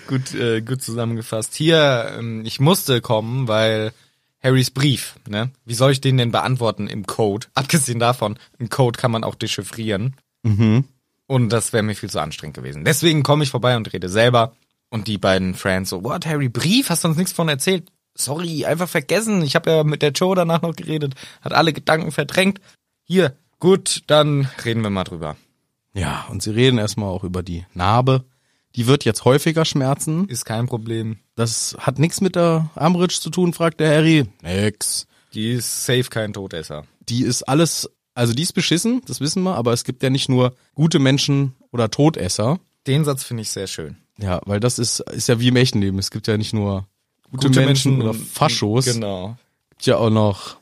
B: gut, äh, gut zusammengefasst. Hier, ähm, ich musste kommen, weil Harrys Brief, ne? Wie soll ich den denn beantworten im Code? [laughs] Abgesehen davon, einen Code kann man auch dechiffrieren.
A: mhm.
B: Und das wäre mir viel zu anstrengend gewesen. Deswegen komme ich vorbei und rede selber. Und die beiden Friends so, what, Harry, Brief? Hast du uns nichts von erzählt? Sorry, einfach vergessen. Ich habe ja mit der Joe danach noch geredet. Hat alle Gedanken verdrängt. Hier, gut, dann reden wir mal drüber.
A: Ja, und sie reden erstmal auch über die Narbe. Die wird jetzt häufiger schmerzen.
B: Ist kein Problem.
A: Das hat nichts mit der Armbridge zu tun, fragt der Harry. Nix.
B: Die ist safe kein Todesser.
A: Die ist alles, also die ist beschissen, das wissen wir, aber es gibt ja nicht nur gute Menschen oder Todesser.
B: Den Satz finde ich sehr schön.
A: Ja, weil das ist, ist ja wie im echten Leben. Es gibt ja nicht nur gute, Menschen, oder
B: und-
A: Faschos. Es
B: Genau.
A: gibt ja auch noch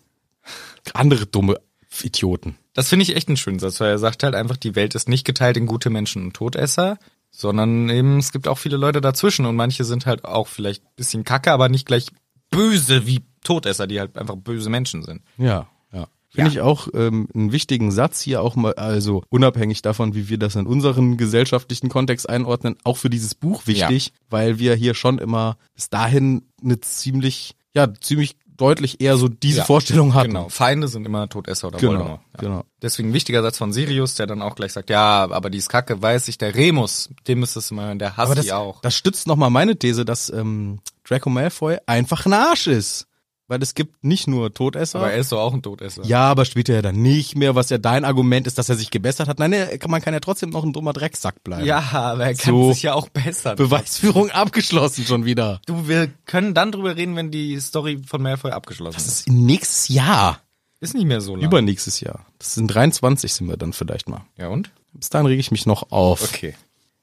A: andere dumme Idioten.
B: Das finde ich echt einen schönen Satz, weil er sagt halt einfach, die Welt ist nicht geteilt in gute Menschen und Todesser, sondern eben es gibt auch viele Leute dazwischen und manche sind halt auch vielleicht ein bisschen kacke, aber nicht gleich böse wie Todesser, die halt einfach böse Menschen sind.
A: Ja, ja. Finde ich auch ähm, einen wichtigen Satz hier auch mal, also unabhängig davon, wie wir das in unseren gesellschaftlichen Kontext einordnen, auch für dieses Buch wichtig, weil wir hier schon immer bis dahin eine ziemlich, ja, ziemlich deutlich eher so diese
B: Ja.
A: Vorstellung hatten.
B: Genau. Feinde sind immer Todesser oder
A: Genau,
B: Voldemort. Ja.
A: genau.
B: Deswegen ein wichtiger Satz von Sirius, der dann auch gleich sagt, ja, aber die ist kacke, weiß ich, der Remus, dem ist es immer, hören, der hasst
A: Aber das,
B: die auch.
A: das stützt nochmal meine These, dass ähm, Draco Malfoy einfach ein Arsch ist. Weil es gibt nicht nur Todesser.
B: aber er ist doch auch ein Todesser.
A: ja, aber später ja dann nicht mehr, was ja dein Argument ist, dass er sich gebessert hat. Nein, er, man kann ja trotzdem noch ein dummer Drecksack bleiben.
B: ja aber er kann
A: So.
B: sich ja auch bessern.
A: Beweisführung abgeschlossen schon wieder.
B: Du, wir können dann drüber reden, wenn die Story von Malfoy abgeschlossen ist.
A: Das ist nächstes Jahr.
B: Ist nicht mehr so lang.
A: Übernächstes Jahr. Das sind 23 sind wir dann vielleicht mal.
B: ja und?
A: Bis dahin rege ich mich noch auf.
B: Okay.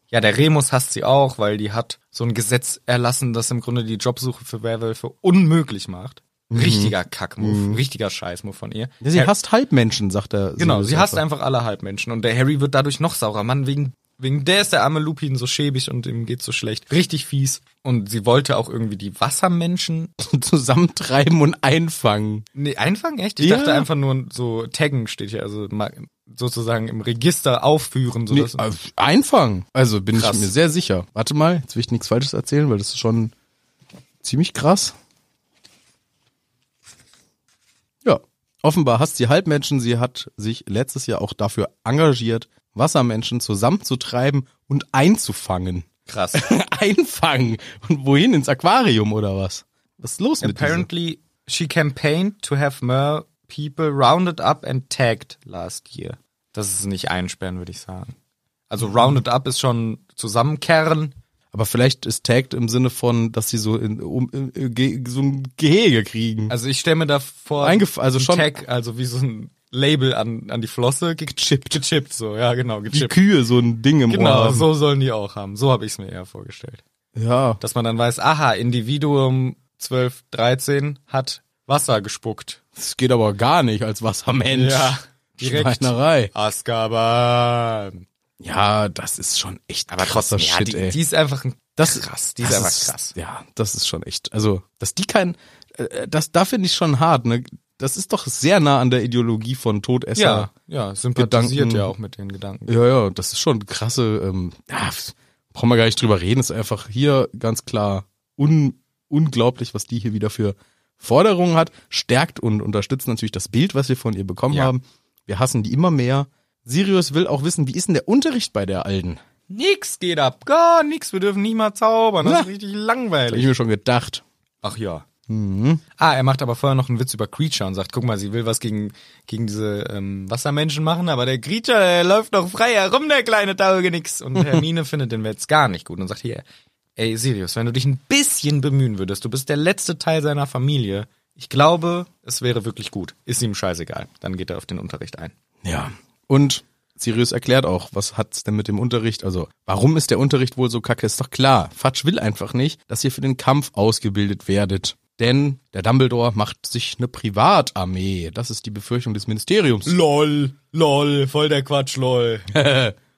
B: Ja, der Remus hasst sie auch, weil die hat so ein Gesetz erlassen, das im Grunde die Jobsuche für Werwölfe unmöglich macht. Richtiger Kackmove, richtiger Scheißmove von ihr.
A: Ja, Sie
B: Har-
A: hasst Halbmenschen, sagt er.
B: genau, sie hasst
A: einfach.
B: einfach alle Halbmenschen und der Harry wird dadurch noch saurer. Mann, wegen wegen der ist der arme Lupin so schäbig und ihm geht's so schlecht. Richtig fies. Und sie wollte auch irgendwie die Wassermenschen
A: [laughs] zusammentreiben und einfangen.
B: Nee, einfangen echt? Ich
A: Ja.
B: dachte einfach nur so taggen steht hier, also ma- sozusagen im Register aufführen, so
A: Nee,
B: dass
A: äh, einfangen. Also bin
B: Krass.
A: ich mir sehr sicher. Warte mal, jetzt will ich nichts Falsches erzählen, weil das ist schon ziemlich krass. Ja, offenbar hasst sie Halbmenschen. Sie hat sich letztes Jahr auch dafür engagiert, Wassermenschen zusammenzutreiben und einzufangen. [laughs]
B: krass.
A: einfangen. Und wohin? Ins Aquarium oder was? Was ist los mit diesem?
B: [laughs] Apparently she campaigned to have more people rounded up and tagged last year. Das ist nicht einsperren, würde ich sagen. Also rounded up ist schon zusammenkerren.
A: Aber vielleicht ist tagged im Sinne von, dass sie so, in, um, in, ge, so ein Gehege kriegen.
B: Also ich stelle mir da vor,
A: Eingef- also
B: ein
A: schon-
B: Tag, also wie so ein Label an, an die Flosse gechippt. Gechippt, so, ja, genau,
A: die
B: gechippt.
A: Kühe so ein Ding im Ohr
B: Genau,
A: haben.
B: so sollen die auch haben. So habe ich es mir eher vorgestellt.
A: Ja.
B: dass man dann weiß, aha, Individuum 12, 13 hat Wasser gespuckt.
A: Das geht aber gar nicht als Wassermensch.
B: direkt.
A: Schweinerei.
B: Azkaban.
A: Ja, das ist schon echt
B: Aber
A: krasser
B: trotzdem, ja,
A: Shit,
B: die,
A: ey.
B: die ist einfach ein,
A: das,
B: krass, die
A: das
B: ist einfach krass.
A: Ja, das ist schon echt. Also, dass die kein, äh, das, da finde ich schon hart, ne? Das ist doch sehr nah an der Ideologie von Todesser.
B: ja, ja, sympathisiert
A: Gedanken-
B: ja auch mit den Gedanken.
A: Ja, ja, das ist schon krasse, ähm, ja, pf, brauchen wir gar nicht drüber reden, ist einfach hier ganz klar un, unglaublich, was die hier wieder für Forderungen hat, stärkt und unterstützt natürlich das Bild, was wir von ihr bekommen
B: Ja.
A: haben. Wir hassen die immer mehr. Sirius will auch wissen, wie ist denn der Unterricht bei der Alten?
B: Nix geht ab, gar nix, wir dürfen nicht mal zaubern, das ist
A: Ja.
B: richtig
A: Habe ich
B: langweilig.
A: mir schon gedacht.
B: Ach ja. Ah, er macht aber vorher noch einen Witz über Creature und sagt, guck mal, sie will was gegen, gegen diese ähm, Wassermenschen machen, aber der Creature der läuft noch frei herum, der kleine Taugenix. Und Hermine findet den Witz gar nicht gut und sagt, hier, ey Sirius, wenn du dich ein bisschen bemühen würdest, du bist der letzte Teil seiner Familie, ich glaube, es wäre wirklich gut. Ist ihm scheißegal. Dann geht er auf den Unterricht ein.
A: Ja. Und Sirius erklärt auch, was hat's denn mit dem Unterricht? Also, warum ist der Unterricht wohl so kacke? Ist doch klar. Fatsch will einfach nicht, dass ihr für den Kampf ausgebildet werdet. Denn der Dumbledore macht sich eine Privatarmee. Das ist die Befürchtung des Ministeriums.
B: Lol, lol, voll der
A: [laughs]
B: Quatsch, lol.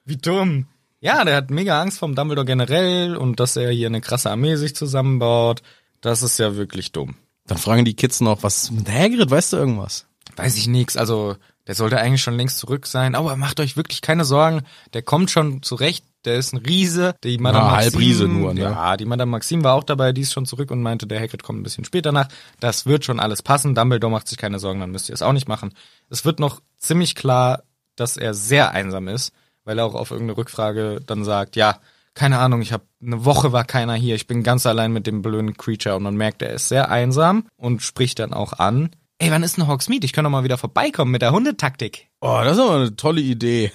B: Wie dumm. Ja, der hat mega Angst vom Dumbledore generell und dass er hier eine krasse Armee sich zusammenbaut. Das ist ja wirklich dumm.
A: Dann fragen die Kids noch, was ist mit Hagrid, weißt du irgendwas?
B: Weiß ich nix, also der sollte eigentlich schon längst zurück sein, aber macht euch wirklich keine Sorgen, der kommt schon zurecht, der ist ein Riese, die Madame
A: Na,
B: Maxim,
A: Halbriese nur, ne?
B: Ja, die Madame Maxim war auch dabei, die ist schon zurück und meinte, der Hagrid kommt ein bisschen später nach, das wird schon alles passen, Dumbledore macht sich keine Sorgen, dann müsst ihr es auch nicht machen. Es wird noch ziemlich klar, dass er sehr einsam ist, weil er auch auf irgendeine Rückfrage dann sagt, ja, keine Ahnung, ich habe eine Woche war keiner hier, ich bin ganz allein mit dem blöden Creature und man merkt, er ist sehr einsam und spricht dann auch an, ey, wann ist denn Hogsmeade? Ich kann doch mal wieder vorbeikommen mit der Hundetaktik.
A: Oh, das ist aber eine tolle Idee.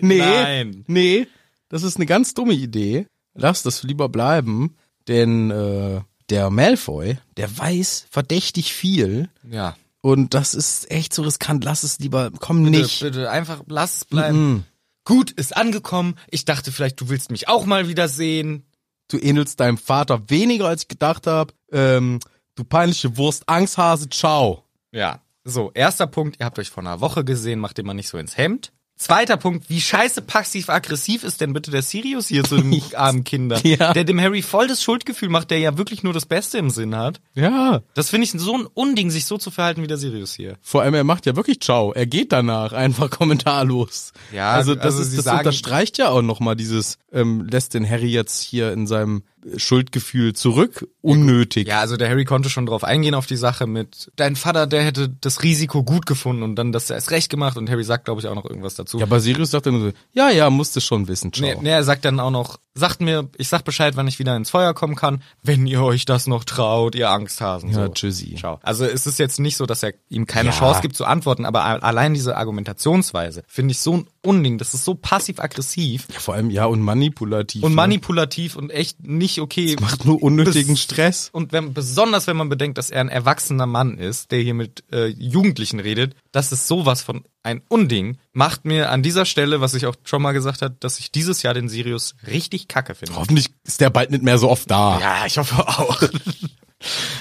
A: nee,
B: Nein.
A: nee, das ist eine ganz dumme Idee. Lass das lieber bleiben, denn äh, der Malfoy, der weiß verdächtig viel
B: Ja,
A: Und das ist echt so riskant. Lass es lieber. Komm nicht.
B: Bitte, bitte einfach lass es bleiben. Gut, ist angekommen. Ich dachte vielleicht, du willst mich auch mal wieder sehen.
A: Du ähnelst deinem Vater weniger, als ich gedacht habe. Ähm, du peinliche Wurst, Angsthase, ciao.
B: Ja. So, erster Punkt, ihr habt euch vor einer Woche gesehen, macht ihr mal nicht so ins Hemd. Zweiter Punkt, wie scheiße passiv-aggressiv ist denn bitte der Sirius
A: [laughs]
B: hier zu den armen Kindern,
A: Ja.
B: der dem Harry voll das Schuldgefühl macht, der ja wirklich nur das Beste im Sinn hat.
A: Ja.
B: Das finde ich so ein Unding, sich so zu verhalten wie der Sirius hier.
A: Vor allem, er macht ja wirklich Ciao. Er geht danach einfach [laughs] kommentarlos.
B: Ja,
A: also das,
B: also
A: ist,
B: sie
A: das
B: sagen-
A: unterstreicht ja auch nochmal dieses, ähm, lässt den Harry jetzt hier in seinem Schuldgefühl zurück, unnötig.
B: Ja, also der Harry konnte schon drauf eingehen auf die Sache mit dein Vater, der hätte das Risiko gut gefunden und dann das erst recht gemacht und Harry sagt glaube ich auch noch irgendwas dazu.
A: Ja, aber Sirius sagt dann nur so, ja, ja, musste schon wissen, ciao.
B: Nee, nee, er sagt dann auch noch, sagt mir, ich sag Bescheid, wann ich wieder ins Feuer kommen kann, wenn ihr euch das noch traut, ihr Angsthasen.
A: Ja,
B: so.
A: tschüssi.
B: Ciao. Also es ist jetzt nicht so, dass er ihm keine
A: Ja.
B: Chance gibt zu antworten, aber a- allein diese Argumentationsweise finde ich so ein Unding, das ist so passiv-aggressiv
A: Vor allem, ja, und manipulativ.
B: und
A: ne?
B: manipulativ und echt nicht okay.
A: macht nur unnötigen
B: Bes-
A: Stress.
B: Und wenn, besonders wenn man bedenkt, dass er ein erwachsener Mann ist, der hier mit äh, Jugendlichen redet, das ist sowas von ein Unding, macht mir an dieser Stelle, was ich auch schon mal gesagt hat, dass ich dieses Jahr den Sirius richtig kacke finde.
A: Hoffentlich ist der bald nicht mehr so oft da.
B: Ja, ich hoffe auch.
A: [laughs]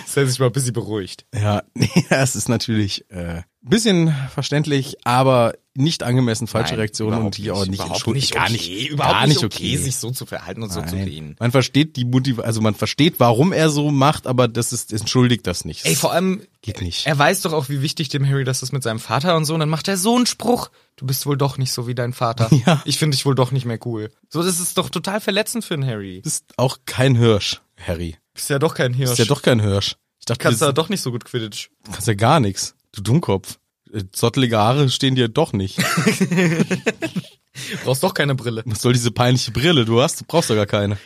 B: Dass er sich mal ein bisschen beruhigt.
A: Ja, [laughs] nee, das ist natürlich äh, bisschen verständlich, aber nicht angemessen falsche
B: Nein,
A: Reaktionen und
B: überhaupt
A: die auch nicht
B: überhaupt
A: entschuldigt.
B: nicht
A: Gar
B: okay,
A: nicht,
B: überhaupt
A: gar
B: nicht okay, sich so zu verhalten und so zu
A: Nein.
B: reden.
A: Man versteht die Motiv also man versteht, warum er so macht, aber das ist entschuldigt das nicht.
B: Ey, vor allem,
A: Geht nicht.
B: er weiß doch auch, wie wichtig dem Harry das ist mit seinem Vater und so. Und dann macht er so einen Spruch. Du bist wohl doch nicht so wie dein Vater.
A: [laughs] Ja.
B: Ich finde dich wohl doch nicht mehr cool. So, das ist doch total verletzend für einen Harry.
A: Du bist auch kein Hirsch, Harry.
B: Bist ja doch kein Hirsch.
A: Bist ja doch kein Hirsch. Ich dachte,
B: Kannst ja
A: du
B: doch nicht so gut Quidditch.
A: kannst ja gar nichts. Du Dummkopf. Äh, Zottelige Haare stehen dir doch nicht.
B: [laughs] Du brauchst doch keine Brille.
A: Was soll diese peinliche Brille? Du hast, du brauchst doch gar
B: [laughs]
A: keine.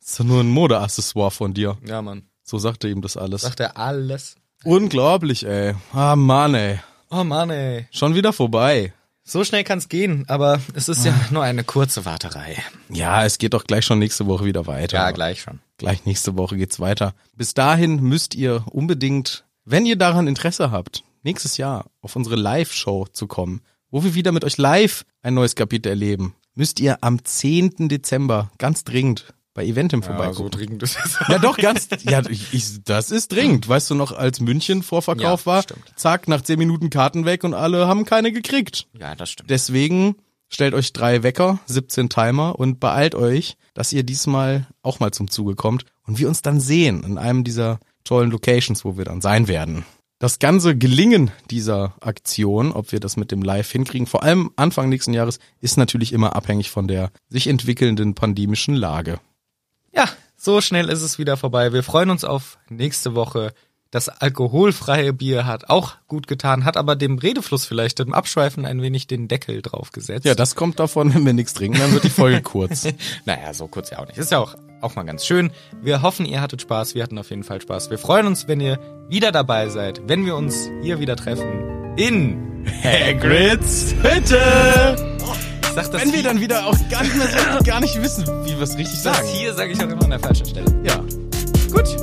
A: ist doch nur ein Modeaccessoire von dir.
B: Ja, Mann.
A: So sagte ihm das alles.
B: Sagt er alles.
A: Unglaublich, ey. Ah, Mann, ey.
B: Oh Mann, ey.
A: Schon wieder vorbei.
B: So schnell kann's gehen, aber es ist ja
A: Ah.
B: nur eine kurze Warterei.
A: Ja, es geht doch gleich schon nächste Woche wieder weiter.
B: Ja, gleich schon.
A: Gleich nächste Woche geht's weiter. Bis dahin müsst ihr unbedingt, wenn ihr daran Interesse habt, nächstes Jahr auf unsere Live-Show zu kommen, wo wir wieder mit euch live ein neues Kapitel erleben, müsst ihr am 10. Dezember ganz dringend bei Eventim vorbeigucken.
B: dringend ist es.
A: Ja, doch, ganz. Ja, ich, ich, das ist dringend. Weißt du noch, als München Vorverkauf
B: Ja,
A: war,
B: stimmt.
A: zack, nach zehn Minuten Karten weg und alle haben keine gekriegt.
B: [laughs] Ja, das stimmt.
A: Deswegen stellt euch drei Wecker, 17 Timer und beeilt euch, dass ihr diesmal auch mal zum Zuge kommt und wir uns dann sehen in einem dieser tollen Locations, wo wir dann sein werden. Das ganze Gelingen dieser Aktion, ob wir das mit dem Live hinkriegen, vor allem Anfang nächsten Jahres, ist natürlich immer abhängig von der sich entwickelnden pandemischen Lage.
B: Ja, so schnell ist es wieder vorbei. Wir freuen uns auf nächste Woche. Das alkoholfreie Bier hat auch gut getan, hat aber dem Redefluss vielleicht im Abschweifen ein wenig den Deckel draufgesetzt.
A: Ja, das kommt davon, wenn wir nichts trinken, dann wird die Folge kurz.
B: Naja, so kurz ja auch nicht. Ist ja auch, auch mal ganz schön. Wir hoffen, ihr hattet Spaß. Wir hatten auf jeden Fall Spaß. Wir freuen uns, wenn ihr wieder dabei seid, wenn wir uns hier wieder treffen. In
A: Hagrids Hütte!
B: ich sag das
A: Wenn wir
B: hier,
A: dann wieder auch gar nicht mehr so, gar nicht wissen, wie wir es richtig
B: das
A: sagen.
B: hier sage ich auch immer an der falschen Stelle.
A: Ja.
B: Gut.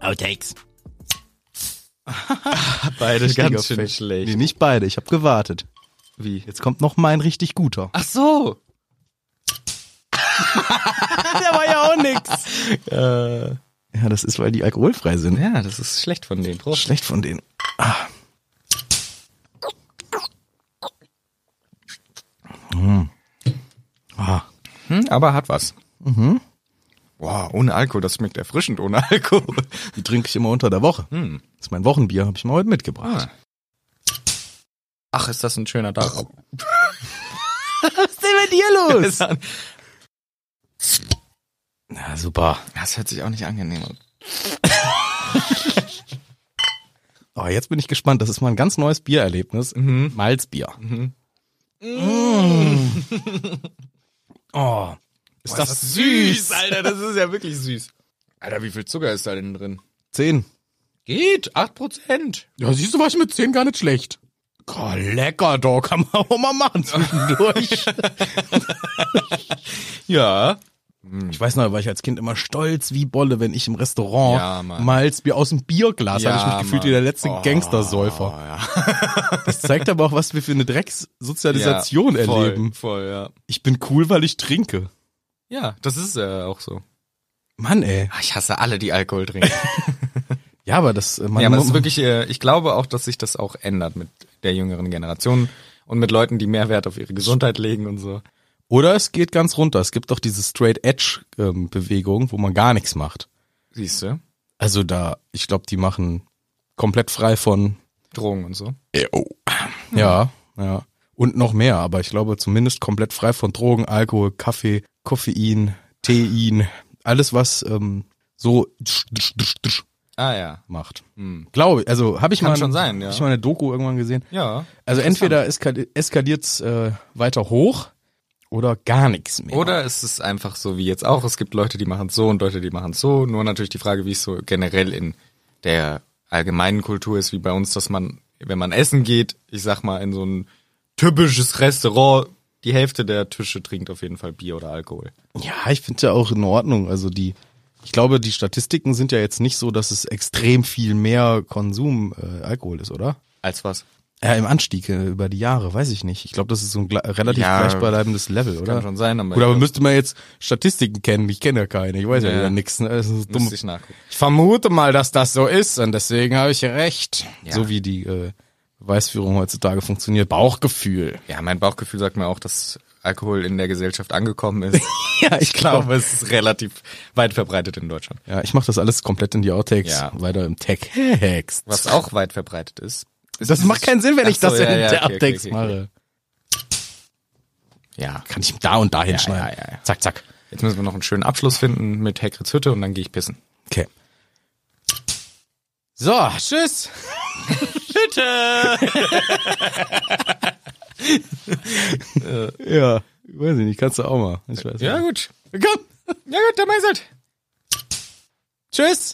D: Outtakes.
B: Beide
A: Ganz schön schlecht. Nee, nicht beide. Ich habe gewartet.
B: Wie?
A: Jetzt kommt noch mein richtig guter.
B: Ach so.
A: [laughs] Der war ja auch nix.
B: Äh.
A: Ja, das ist, weil die alkoholfrei sind.
B: Ja, das ist schlecht von denen. Prost.
A: Schlecht von denen. Hm. Ah. Mm. Ah.
B: Hm, aber hat was. Mhm. Wow, ohne Alkohol, das schmeckt erfrischend ohne Alkohol. Hm.
A: Die trinke ich immer unter der Woche. Das ist mein Wochenbier, habe ich mal heute mitgebracht.
B: Ach, ist das ein schöner Tag. [laughs]
A: Was ist denn mit dir
B: Das
A: Na, super.
B: hört sich auch nicht angenehm an.
A: Oh, jetzt bin ich gespannt. Das ist mal ein ganz neues Biererlebnis. Malzbier. Mm. Oh. Ist das, süß?
B: Alter, das ist ja wirklich süß. Alter, wie viel Zucker ist da denn drin?
A: Zehn.
B: Geht, 8%.
A: Ja, siehst du, war ich mit 10 gar nicht schlecht. Oh, lecker, doch. Kann man auch mal machen
B: [laughs]
A: zwischendurch.
B: Ja.
A: Ich weiß noch, da war ich als Kind immer stolz wie Bolle, wenn ich im Restaurant
B: Ja, Mann.
A: Malzbier aus dem Bierglas, habe ich
B: Ja,
A: mich gefühlt wie
B: Mann.
A: der letzte
B: Oh,
A: Gangstersäufer. [laughs] Das zeigt aber auch, was wir für eine Dreckssozialisation
B: ja, voll,
A: erleben.
B: Voll, ja.
A: Ich bin cool, weil ich trinke.
B: Ja, das ist äh, auch so.
A: Mann, ey.
B: Ah, Ich hasse alle, die Alkohol trinken.
A: Ja, aber das, äh, man,
B: ja, aber es
A: man-
B: ist wirklich, äh, ich glaube auch, dass sich das auch ändert mit der jüngeren Generation und mit Leuten, die mehr Wert auf ihre Gesundheit legen und so.
A: Oder es geht ganz runter. Es gibt doch diese Straight Edge ähm, Bewegung, wo man gar nichts macht.
B: Siehst du?
A: Also da, ich glaube, die machen komplett frei von.
B: Drogen und so.
A: Äh, oh. Ja, ja. Und noch mehr, aber ich glaube zumindest komplett frei von Drogen, Alkohol, Kaffee, Koffein, Tein, alles was ähm, so tsch, tsch, tsch, tsch
B: Ah ja.
A: macht.
B: Hm.
A: Glaube, ich. also habe ich
B: Kann
A: mal
B: schon sein, ja.
A: hab ich mal eine Doku irgendwann gesehen.
B: Ja.
A: Also entweder eskali eskaliert's äh, weiter hoch oder gar nichts mehr.
B: Oder es ist einfach so wie jetzt auch. Es gibt Leute, die machen so und Leute, die machen so. Nur natürlich die Frage, wie es so generell in der allgemeinen Kultur ist, wie bei uns, dass man, wenn man essen geht, ich sag mal, in so ein typisches Restaurant, die Hälfte der Tische trinkt auf jeden Fall Bier oder Alkohol.
A: Ja, ich finde ja auch in Ordnung. Also die, ich glaube, die Statistiken sind ja jetzt nicht so, dass es extrem viel mehr Konsum äh, Alkohol ist, oder?
B: Als was?
A: Ja, im Anstieg äh, über die Jahre, weiß ich nicht. Ich glaube, das ist so ein gla- relativ
B: Ja,
A: gleichbleibendes Level, oder?
B: Kann schon sein, aber
A: Oder
B: ich glaub,
A: müsste man jetzt Statistiken kennen? Ich kenne ja keine, ich weiß ja,
B: Ja.
A: wieder nichts. Ne? Das ist so dumm.
B: müsste ich nachgucken.
A: Ich vermute mal, dass das so ist und deswegen habe ich ja recht. So wie die äh, Weißführung heutzutage funktioniert.
B: [laughs]
A: Bauchgefühl.
B: Ja, mein Bauchgefühl sagt mir auch, dass Alkohol in der Gesellschaft
A: [laughs]
B: angekommen ist.
A: Ja, ich
B: glaube, es ist relativ weit verbreitet in Deutschland.
A: Ja, ich mache das alles komplett in die Outtakes,
B: Ja.
A: weiter im Tech-Hacks.
B: Was auch weit verbreitet ist. ist
A: Das macht keinen Sinn, wenn ich
B: Ach so,
A: das
B: ja,
A: in
B: ja,
A: der
B: okay,
A: Updates
B: okay, okay.
A: mache.
B: Ja.
A: Kann ich da und da hinschneiden.
B: ja, ja, ja.
A: Zack, zack.
B: Jetzt müssen wir noch einen schönen Abschluss finden mit Heckrits Hütte und dann gehe ich pissen.
A: Okay. So, tschüss. Bitte. ja, weiß ich nicht, kannst du auch mal. Ich weiß nicht.
B: gut.
A: Komm,
B: Ja gut, dann meißelt.
A: tschüss.